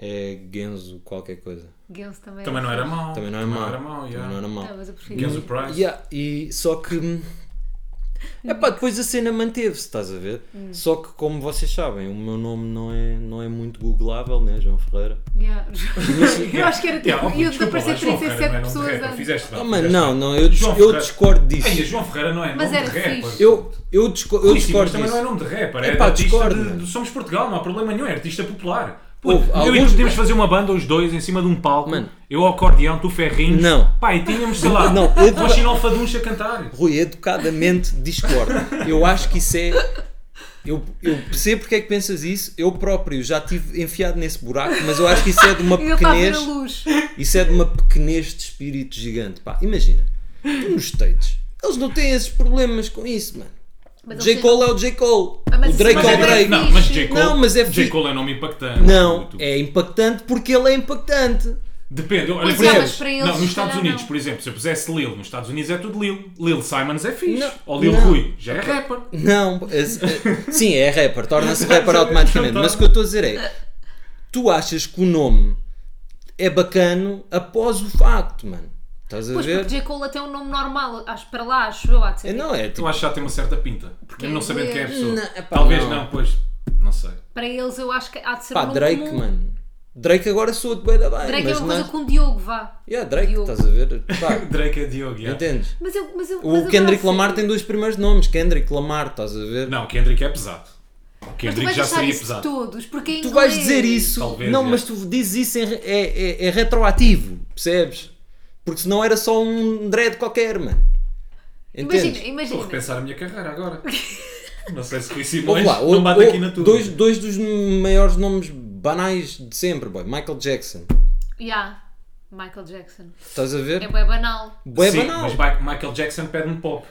Speaker 4: É Genzo qualquer coisa.
Speaker 1: Genso também. assim.
Speaker 2: Ah, Também não era mau.
Speaker 4: Também não é mau. Também
Speaker 2: yeah.
Speaker 4: não era mau.
Speaker 1: Não, Tá, mas eu prefiro.
Speaker 2: Guess the price.
Speaker 4: Yeah, e só que. É pá, depois a cena manteve-se, estás a ver? Só que, como vocês sabem, o meu nome não é, não é muito googlável, né, João Ferreira?
Speaker 1: Yeah. eu acho que era tipo.
Speaker 2: Yeah, oh,
Speaker 1: e eu de
Speaker 2: desculpa,
Speaker 1: aparecer
Speaker 2: mas João
Speaker 1: 37
Speaker 2: Ferreira não é nome de
Speaker 1: pessoas
Speaker 2: rapper,
Speaker 1: antes.
Speaker 2: Fizeste bem,
Speaker 4: Ah, mano,
Speaker 2: fizeste
Speaker 4: não,
Speaker 2: bem.
Speaker 4: não, eu, dis-
Speaker 2: João
Speaker 4: eu
Speaker 2: Ferreira-
Speaker 4: discordo
Speaker 2: Ei, a
Speaker 4: disso.
Speaker 2: João Ferreira não é
Speaker 1: Mas
Speaker 2: nome
Speaker 1: era
Speaker 2: de rapper.
Speaker 1: fixe.
Speaker 4: Eu, eu, disco, eu
Speaker 2: Sim, sim, mas
Speaker 4: discordo
Speaker 2: também não é
Speaker 4: disso.
Speaker 2: nome de rapper, é
Speaker 4: Epá,
Speaker 2: artista
Speaker 4: discordo.
Speaker 2: de, de Somos Portugal, não há problema nenhum, é artista popular. Pô,
Speaker 4: Houve
Speaker 2: eu e
Speaker 4: alguns-
Speaker 2: tu podíamos fazer uma banda, os dois, em cima de um palco,
Speaker 4: Mano.
Speaker 2: eu ao acordeão, tu ferrinhos,
Speaker 4: Não.
Speaker 2: pá, e tínhamos, sei lá,
Speaker 4: Não,
Speaker 2: não,
Speaker 4: eu-
Speaker 2: Rochinol Faduncha a cantar.
Speaker 4: Rui, educadamente discordo. Eu acho que isso é. Eu, eu percebo porque é que pensas isso. Eu próprio já estive enfiado nesse buraco, mas eu acho que isso é de uma
Speaker 1: E ele está a ver
Speaker 4: pequenez.
Speaker 1: a luz.
Speaker 4: Isso é de uma pequenez de espírito gigante. Pá, imagina, tu nos States, eles não têm esses problemas com isso, mano.
Speaker 1: Mas
Speaker 4: J.
Speaker 1: eles-
Speaker 4: Cole é o J. Cole.
Speaker 1: Ah, mas
Speaker 4: o
Speaker 1: isso
Speaker 4: Drake
Speaker 1: não
Speaker 4: é
Speaker 1: é
Speaker 4: o Drake.
Speaker 1: bem
Speaker 2: não, mas J. Cole,
Speaker 4: Não, mas é
Speaker 2: J.
Speaker 4: fi-
Speaker 2: Cole é nome impactante.
Speaker 4: Não,
Speaker 2: Tu-
Speaker 4: é impactante porque ele é impactante.
Speaker 2: Depende, olha,
Speaker 1: Pois
Speaker 2: por
Speaker 4: é,
Speaker 2: exemplo,
Speaker 4: mas
Speaker 1: para eles,
Speaker 2: não, nos
Speaker 1: se
Speaker 2: Estados
Speaker 1: calhar,
Speaker 2: Unidos,
Speaker 1: não.
Speaker 2: por exemplo, se eu pusesse Lil, nos Estados Unidos é tudo Lil. Lil Simons é fixe,
Speaker 4: Não,
Speaker 2: ou Lil
Speaker 4: não.
Speaker 2: Rui, já é rapper.
Speaker 4: Não, é- é- sim, é rapper, torna-se rapper automaticamente. Mas o que eu estou a dizer
Speaker 1: Ah.
Speaker 4: é: tu achas que o nome é bacano após o facto, mano. Estás a
Speaker 1: Pois,
Speaker 4: ver?
Speaker 1: porque J. Cole até é um nome normal. Acho, para lá, acho eu, há de
Speaker 4: É,
Speaker 1: ser.
Speaker 4: Não, é
Speaker 2: Tu
Speaker 4: tipo.
Speaker 2: achas que já tem uma certa pinta,
Speaker 1: Porque
Speaker 2: mesmo não sabendo quem é a pessoa.
Speaker 4: Não, epá,
Speaker 2: Talvez
Speaker 4: não.
Speaker 2: não, pois, não sei.
Speaker 1: Para eles, eu acho que há de ser
Speaker 4: Pá,
Speaker 1: um nome
Speaker 4: Drake,
Speaker 1: comum.
Speaker 4: mano. Drake agora soa de bem da bem.
Speaker 1: Drake é
Speaker 4: mas
Speaker 1: uma
Speaker 4: não...
Speaker 1: coisa com o Diogo, vá.
Speaker 4: Yeah, Drake,
Speaker 1: Diogo.
Speaker 4: estás a ver? Pá,
Speaker 2: Drake é Diogo, yeah.
Speaker 4: entendes?
Speaker 1: Mas eu. Mas eu mas eu
Speaker 4: O
Speaker 1: agora
Speaker 4: Kendrick
Speaker 1: sei.
Speaker 4: Lamar tem dois primeiros nomes: Kendrick Lamar, estás a ver?
Speaker 2: Não, Kendrick é pesado.
Speaker 1: Mas tu
Speaker 2: Kendrick
Speaker 1: vais
Speaker 2: já
Speaker 1: achar
Speaker 2: seria
Speaker 1: isso de
Speaker 2: pesado.
Speaker 1: todos, porque em
Speaker 4: Tu vais
Speaker 1: inglês-
Speaker 4: dizer isso,
Speaker 2: Talvez,
Speaker 4: não,
Speaker 2: é.
Speaker 4: mas tu dizes isso em re- é, é, é retroativo, percebes? Porque senão era só um dread qualquer, mano. Entendes?
Speaker 1: Imagina,
Speaker 2: Estou a
Speaker 1: imagina.
Speaker 2: repensar a minha carreira agora. não sei se Rui
Speaker 4: Ouve
Speaker 2: Simões
Speaker 4: lá,
Speaker 2: não
Speaker 4: ou-
Speaker 2: bate
Speaker 4: ou-
Speaker 2: aqui na tua. né?
Speaker 4: dois, dois dos maiores nomes banais de sempre, boy. Michael Jackson.
Speaker 1: Yeah. Michael Jackson.
Speaker 4: Estás a
Speaker 1: É
Speaker 4: ver?
Speaker 1: bem banal.
Speaker 4: Bué
Speaker 2: Sim,
Speaker 4: banal.
Speaker 2: mas Mike- Michael Jackson pede-me pop.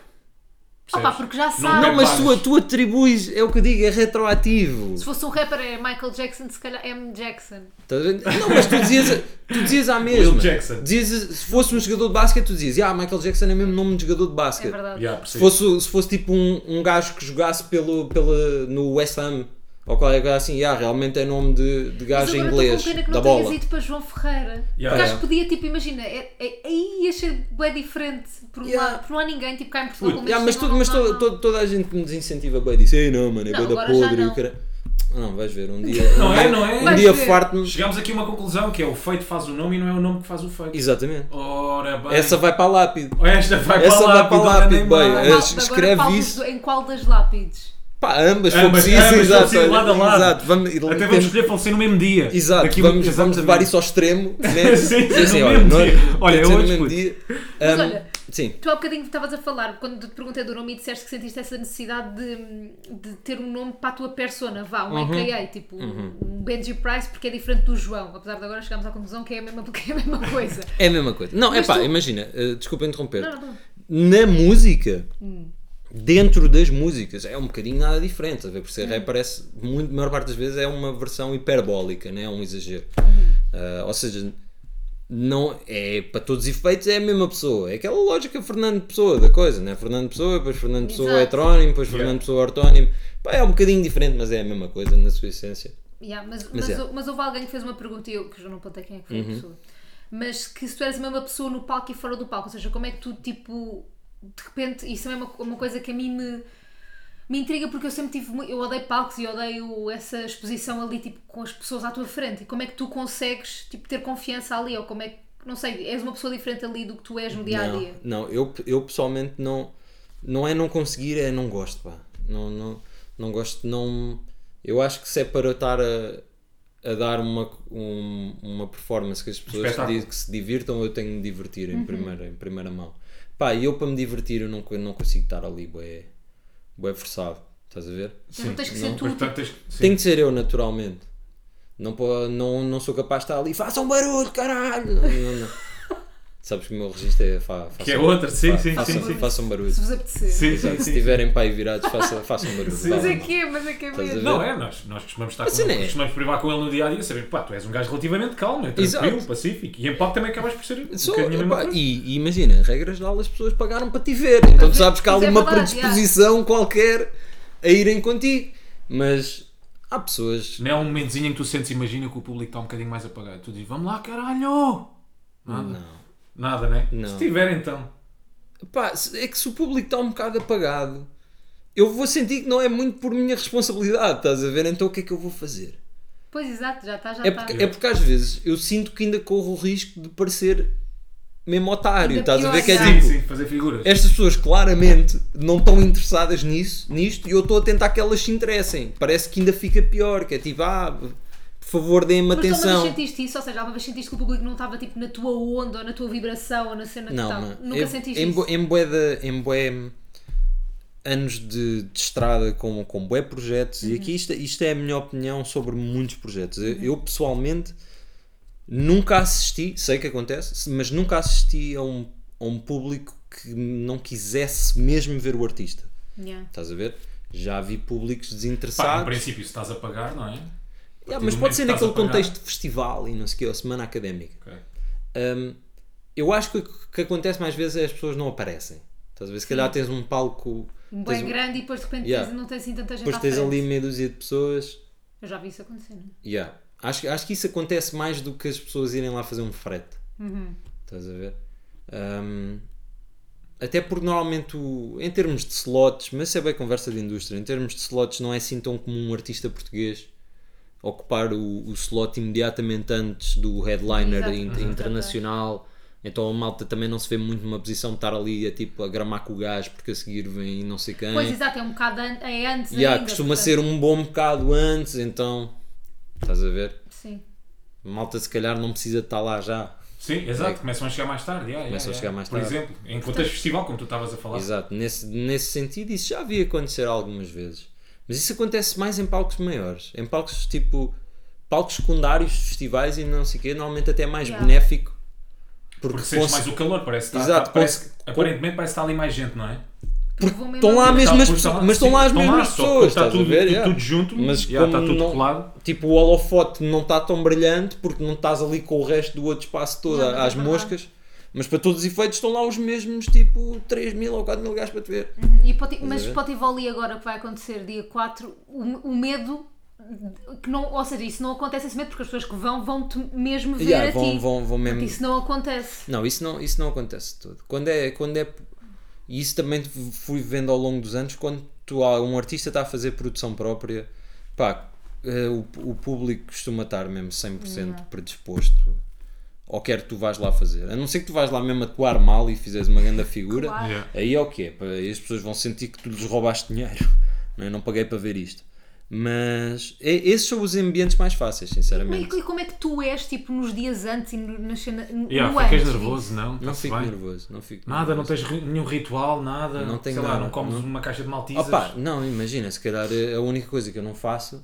Speaker 1: Opa,
Speaker 2: Percebes?
Speaker 1: porque já
Speaker 2: Não,
Speaker 1: sabe.
Speaker 4: Não, mas
Speaker 2: Bem
Speaker 4: tu,
Speaker 2: banais.
Speaker 4: tu atribuis, é o que eu digo, é retroativo.
Speaker 1: Se fosse um rapper é Michael Jackson, se calhar M. Jackson. É
Speaker 4: Estás a ver? Não, mas tu dizias, tu dizias à mesma.
Speaker 2: Will Jackson.
Speaker 4: Dizias, se fosse um jogador de basquete, tu dizias, ah, Michael Jackson é mesmo nome de jogador de
Speaker 1: É
Speaker 4: basquete.
Speaker 1: verdade.
Speaker 2: Yeah,
Speaker 4: Se
Speaker 2: percebo.
Speaker 4: fosse, se fosse tipo um, um gajo que jogasse pelo, pela, no West Ham Ou qualquer coisa assim, ah, realmente é nome de, de
Speaker 1: Mas
Speaker 4: gajo em
Speaker 1: agora
Speaker 4: inglês,
Speaker 1: estou com pena que
Speaker 4: da
Speaker 1: não
Speaker 4: bola.
Speaker 1: tenhas ido para João Ferreira.
Speaker 2: Yeah.
Speaker 1: Porque acho
Speaker 4: Yeah.
Speaker 1: que podia, tipo, imagina, é, é, aí ia ser bem diferente. Por um
Speaker 4: Yeah.
Speaker 1: lado, porque não há ninguém, tipo, cá em Portugal. pelo menos
Speaker 4: Yeah, mas
Speaker 1: tem um
Speaker 4: tudo, mas
Speaker 1: nome
Speaker 4: to-
Speaker 1: normal.
Speaker 4: to- toda a gente que me desincentiva bem diz, ei não, mano, é
Speaker 1: Não,
Speaker 4: bem da
Speaker 1: agora já
Speaker 4: podre e o
Speaker 1: não.
Speaker 4: cara. Não, vais ver, um dia.
Speaker 2: Não
Speaker 4: um
Speaker 2: é,
Speaker 4: dia-
Speaker 2: não é?
Speaker 4: Um
Speaker 1: Vais
Speaker 4: dia
Speaker 1: ver.
Speaker 4: farto-me.
Speaker 2: Chegamos aqui a uma conclusão que é o feito faz o nome e não é o nome que faz o feito.
Speaker 4: Exatamente.
Speaker 2: Ora bem.
Speaker 4: Essa vai para a lápide.
Speaker 2: Esta vai
Speaker 4: Essa
Speaker 2: para
Speaker 4: vai
Speaker 2: lá,
Speaker 4: para lá,
Speaker 2: Pedro,
Speaker 4: Pedro,
Speaker 2: nem
Speaker 4: bem,
Speaker 2: mais.
Speaker 1: Malta,
Speaker 4: es-
Speaker 1: agora
Speaker 4: escreve
Speaker 1: falo
Speaker 4: isso.
Speaker 1: do- Em qual das lápides?
Speaker 4: Pá, ambas, se for
Speaker 2: Ambas,
Speaker 4: preciso,
Speaker 2: ambas, se for
Speaker 4: exato.
Speaker 2: preciso, lado a lado.
Speaker 4: Exato, vamos, e-
Speaker 2: Até
Speaker 4: temos-
Speaker 2: vamos escolher falecer no mesmo dia.
Speaker 4: é um Exato,
Speaker 2: Daqui-
Speaker 4: vamos, vamos
Speaker 2: exatamente.
Speaker 4: levar isso ao extremo. Né?
Speaker 2: Sim,
Speaker 4: Dizer
Speaker 2: no mesmo
Speaker 4: olha,
Speaker 2: dia.
Speaker 4: não- é
Speaker 2: Olha, é
Speaker 4: tem que
Speaker 2: hoje,
Speaker 4: ser no mesmo
Speaker 2: puto.
Speaker 4: dia.
Speaker 1: Mas
Speaker 4: Ahm,
Speaker 1: olha,
Speaker 4: sim,
Speaker 1: Tu há bocadinho estavas a falar, quando te perguntei do nome e disseste que sentiste essa necessidade de, de ter um nome para a tua persona, vá,
Speaker 4: Uhum.
Speaker 1: um AKA, tipo um Benji Price, porque é diferente do João, apesar de agora chegarmos à conclusão que é a mesma, que é a mesma coisa.
Speaker 4: é a mesma coisa. Não, é
Speaker 1: Mas
Speaker 4: pá,
Speaker 1: tu-
Speaker 4: imagina, eh, desculpa interromper.
Speaker 1: Não, não, não.
Speaker 4: Na música, dentro das músicas, é um bocadinho nada diferente. A ver, por ser rap, parece, muito, a maior parte das vezes, é uma versão hiperbólica, né? é um exagero. Ah, ou seja, não é para todos os efeitos é a mesma pessoa. É aquela lógica Fernando Pessoa da coisa, né? Fernando Pessoa, depois Fernando Pessoa
Speaker 1: Exato.
Speaker 4: heterónimo, depois
Speaker 2: Yeah.
Speaker 4: Fernando Pessoa ortónimo. Pá, é um bocadinho diferente, mas é a mesma coisa na sua essência.
Speaker 1: Yeah, mas, mas,
Speaker 4: Mas é. Uhum.
Speaker 1: mas houve alguém que fez uma pergunta e eu que já não contei quem é que foi a pessoa. Mas que se tu eras a mesma pessoa no palco e fora do palco, ou seja, como é que tu tipo de repente, isso é uma, uma coisa que a mim me, me intriga porque eu sempre tive mui- eu odeio palcos e odeio essa exposição ali tipo com as pessoas à tua frente e como é que tu consegues tipo ter confiança ali ou como é que não sei, és uma pessoa diferente ali do que tu és no dia a dia.
Speaker 4: Não, não eu, eu pessoalmente não. Não é não conseguir, é não gosto, pá. Não, não, não gosto, não. Eu acho que se é para eu estar a, a dar uma, um- uma performance que as pessoas se,
Speaker 2: Espetáculo.
Speaker 4: di- que se divirtam, eu tenho de me divertir em,
Speaker 1: Uhum.
Speaker 4: primeira, em primeira mão. Pá, e eu para me divertir, eu não, co- não consigo estar ali, bué, bué forçado, estás a ver?
Speaker 1: Então não tens que
Speaker 4: não, tá.
Speaker 1: ser tu.
Speaker 2: Mas, portanto,
Speaker 1: tipo,
Speaker 2: tens- sim.
Speaker 4: Tem que ser eu, naturalmente. Não, po- não, não sou capaz de estar ali, façam barulho, caralho! Não, não, não. Sabes que o meu registro é. Fa,
Speaker 2: Que é
Speaker 4: façam-
Speaker 2: outra, sim,
Speaker 4: fa-
Speaker 2: sim,
Speaker 4: façam,
Speaker 2: sim, sim.
Speaker 4: façam um barulho.
Speaker 1: Se vos apetecer.
Speaker 2: Sim, sim,
Speaker 4: Exato, Se
Speaker 2: sim.
Speaker 4: tiverem pai virados, façam, façam barulho.
Speaker 2: Sim.
Speaker 4: vá,
Speaker 1: Mas é
Speaker 4: vá.
Speaker 1: que é, mas é que é
Speaker 4: Estás a
Speaker 1: mesmo.
Speaker 4: ver?
Speaker 2: Não é, nós, nós costumamos estar
Speaker 4: Mas
Speaker 2: com
Speaker 4: não é.
Speaker 2: ele, costumamos privar com ele no dia a dia, saber, pá, tu és um gajo relativamente calmo, é
Speaker 4: Exato.
Speaker 2: tranquilo, pacífico. E em pop também acabas por ser um
Speaker 4: Só,
Speaker 2: bocadinho a mesma
Speaker 4: epá,
Speaker 2: coisa.
Speaker 4: e, e imagina, regra geral, as pessoas pagaram para te ver. Então tu sabes que há
Speaker 1: Mas é
Speaker 4: ali uma
Speaker 1: verdade,
Speaker 4: predisposição qualquer a irem contigo. Mas há pessoas.
Speaker 2: Não é um momentozinho em que tu sentes, imagina que o público está um bocadinho mais apagado. Tu dizes, vamos lá, caralho! Nada, nada né?
Speaker 4: Não.
Speaker 2: Se tiver, então.
Speaker 4: Pá, se- é que se o público está um bocado apagado, eu vou sentir que não é muito por minha responsabilidade, estás a ver? Então o que é que eu vou fazer?
Speaker 1: Pois exato, já está, já tá.
Speaker 4: É
Speaker 1: está.
Speaker 4: porque, é porque às vezes eu sinto que ainda corro o risco de parecer mesmo otário,
Speaker 1: Ainda
Speaker 4: estás a ver?
Speaker 1: pior,
Speaker 4: Que é
Speaker 1: já.
Speaker 4: tipo,
Speaker 2: Sim, sim, fazer figuras.
Speaker 4: estas pessoas claramente não estão interessadas nisso, nisto e eu estou a tentar que elas se interessem. Parece que ainda fica pior, que é tipo, ah, por favor, deem-me
Speaker 1: Mas tu alguma vez
Speaker 4: atenção.
Speaker 1: sentiste isso? Ou seja, alguma vez sentiste que o público não estava tipo na tua onda ou na tua vibração ou na cena que
Speaker 4: Não,
Speaker 1: tal?
Speaker 4: mano.
Speaker 1: Então, Nunca
Speaker 4: em-
Speaker 1: sentiste
Speaker 4: em,
Speaker 1: isso?
Speaker 4: bué- em bué de- em bué anos de, de estrada com, com bué projetos,
Speaker 1: Uhum.
Speaker 4: e aqui isto, isto é a minha opinião sobre muitos projetos. Eu, eu, pessoalmente nunca assisti, sei que acontece, mas nunca assisti a um, a um público que não quisesse mesmo ver o artista.
Speaker 1: Yeah.
Speaker 4: Estás a ver? Já vi públicos
Speaker 2: Pá, no
Speaker 4: desinteressados.
Speaker 2: princípio, se estás a pagar, não é?
Speaker 4: Yeah,
Speaker 2: partir
Speaker 4: mas
Speaker 2: do
Speaker 4: pode
Speaker 2: momento
Speaker 4: ser
Speaker 2: que estás
Speaker 4: naquele
Speaker 2: a pagar.
Speaker 4: contexto de festival e não sei o que, ou semana académica.
Speaker 2: Ok.
Speaker 4: Hum, eu acho que o que acontece mais vezes é as pessoas não aparecem. Estás a ver? Se calhar tens um palco.
Speaker 1: Um
Speaker 4: tens
Speaker 1: bem grande e depois de repente
Speaker 4: Yeah.
Speaker 1: tens- não tens assim tanta gente
Speaker 4: Depois
Speaker 1: à
Speaker 4: tens
Speaker 1: frente.
Speaker 4: ali meia dúzia de pessoas.
Speaker 1: Eu já vi isso acontecer, não é?
Speaker 4: Yeah. Acho, acho que isso acontece mais do que as pessoas irem lá fazer um frete.
Speaker 1: Uhum.
Speaker 4: Estás a ver? Hum, até porque normalmente, o- em termos de slots, mas isso é bem conversa de indústria, em termos de slots, não é assim tão comum um artista português ocupar o, o slot imediatamente antes do headliner
Speaker 1: Exato, Uhum.
Speaker 4: in-
Speaker 1: exato.
Speaker 4: internacional. Então a malta também não se vê muito numa posição de estar ali a, tipo, a gramar com o gás porque a seguir vem não sei quem.
Speaker 1: Pois exato, é um bocado an é antes
Speaker 4: E há,
Speaker 1: ainda,
Speaker 4: costuma
Speaker 1: portanto.
Speaker 4: ser um bom bocado antes, então estás a ver?
Speaker 1: Sim.
Speaker 4: A malta se calhar não precisa de estar lá já.
Speaker 2: Sim, exato, começam a chegar mais tarde. Yeah, yeah,
Speaker 4: É. Começam a
Speaker 2: yeah.
Speaker 4: chegar mais
Speaker 2: Por
Speaker 4: tarde.
Speaker 2: exemplo, em contexto festival, como tu estavas a falar.
Speaker 4: Exato, nesse, nesse sentido isso já havia acontecer algumas vezes. Mas isso acontece mais em palcos maiores, em palcos tipo palcos secundários, festivais e não sei o quê, normalmente até é mais
Speaker 1: Yeah.
Speaker 4: benéfico. Porque,
Speaker 2: Porque sentes
Speaker 4: cons-
Speaker 2: mais o calor, parece que está,
Speaker 4: Exato,
Speaker 2: está- parece,
Speaker 4: cons-
Speaker 2: aparentemente parece que está ali mais gente, não é?
Speaker 1: Porque vão mesmo
Speaker 4: estão lá
Speaker 1: ali.
Speaker 4: mesmo
Speaker 2: Está-
Speaker 4: as pessoas,
Speaker 2: está-
Speaker 4: mas estão
Speaker 2: Tá, sim,
Speaker 4: lá as
Speaker 2: estão
Speaker 4: mesmas
Speaker 2: só que
Speaker 4: pessoas,
Speaker 2: Está
Speaker 4: estás
Speaker 2: tudo,
Speaker 4: a ver?
Speaker 2: tudo-
Speaker 4: Yeah.
Speaker 2: tudo junto,
Speaker 4: Mas
Speaker 2: yeah, está
Speaker 4: como
Speaker 2: tudo
Speaker 4: não-
Speaker 2: colado.
Speaker 4: tipo o holofote não está tão brilhante porque não estás ali com o resto do outro espaço todo
Speaker 1: Não, mas é
Speaker 4: às
Speaker 1: verdade.
Speaker 4: moscas mas para todos os efeitos estão lá os mesmos tipo 3 mil ou 4 mil gajos para te ver é.
Speaker 1: Uhum, E poti- mas
Speaker 4: ver?
Speaker 1: Spotify agora que vai acontecer dia 4, o, o medo que não, ou seja, isso não acontece assim mesmo porque as pessoas que vão vão-te mesmo ver
Speaker 4: Yeah,
Speaker 1: a
Speaker 4: vão,
Speaker 1: ti.
Speaker 4: vão, vão mesmo.
Speaker 1: Porque isso não acontece.
Speaker 4: Não, isso não, isso não acontece de todo. Quando é, quando é. E isso também fui vendo ao longo dos anos, quando tu, há- um artista está a fazer produção própria, pá, eh, o, o público costuma estar mesmo 100% predisposto ao que é que tu vais lá fazer. A não ser que tu vais lá mesmo atuar mal e fizeres uma grande figura,
Speaker 1: Claro.
Speaker 2: Yeah.
Speaker 4: aí é o que As pessoas vão sentir que tu lhes roubaste dinheiro. não é? Eu não paguei para ver isto. Mas e- esses são os ambientes mais fáceis,
Speaker 1: E,
Speaker 4: sinceramente.
Speaker 1: e como é que tu és, tipo, nos dias antes e no, na cena, no
Speaker 2: Yeah,
Speaker 1: no
Speaker 2: ficas
Speaker 1: antes?
Speaker 2: nervoso, não?
Speaker 4: Não
Speaker 2: Está-se
Speaker 4: fico
Speaker 2: bem.
Speaker 4: nervoso, não fico
Speaker 2: Nada, não
Speaker 4: nervoso.
Speaker 2: tens ri- nenhum ritual, nada.
Speaker 4: Não tenho
Speaker 2: sei lá,
Speaker 4: nada,
Speaker 2: não comes
Speaker 4: não.
Speaker 2: uma caixa de maltesas.
Speaker 4: Opa, não, imagina, se calhar eh, a única coisa que eu não faço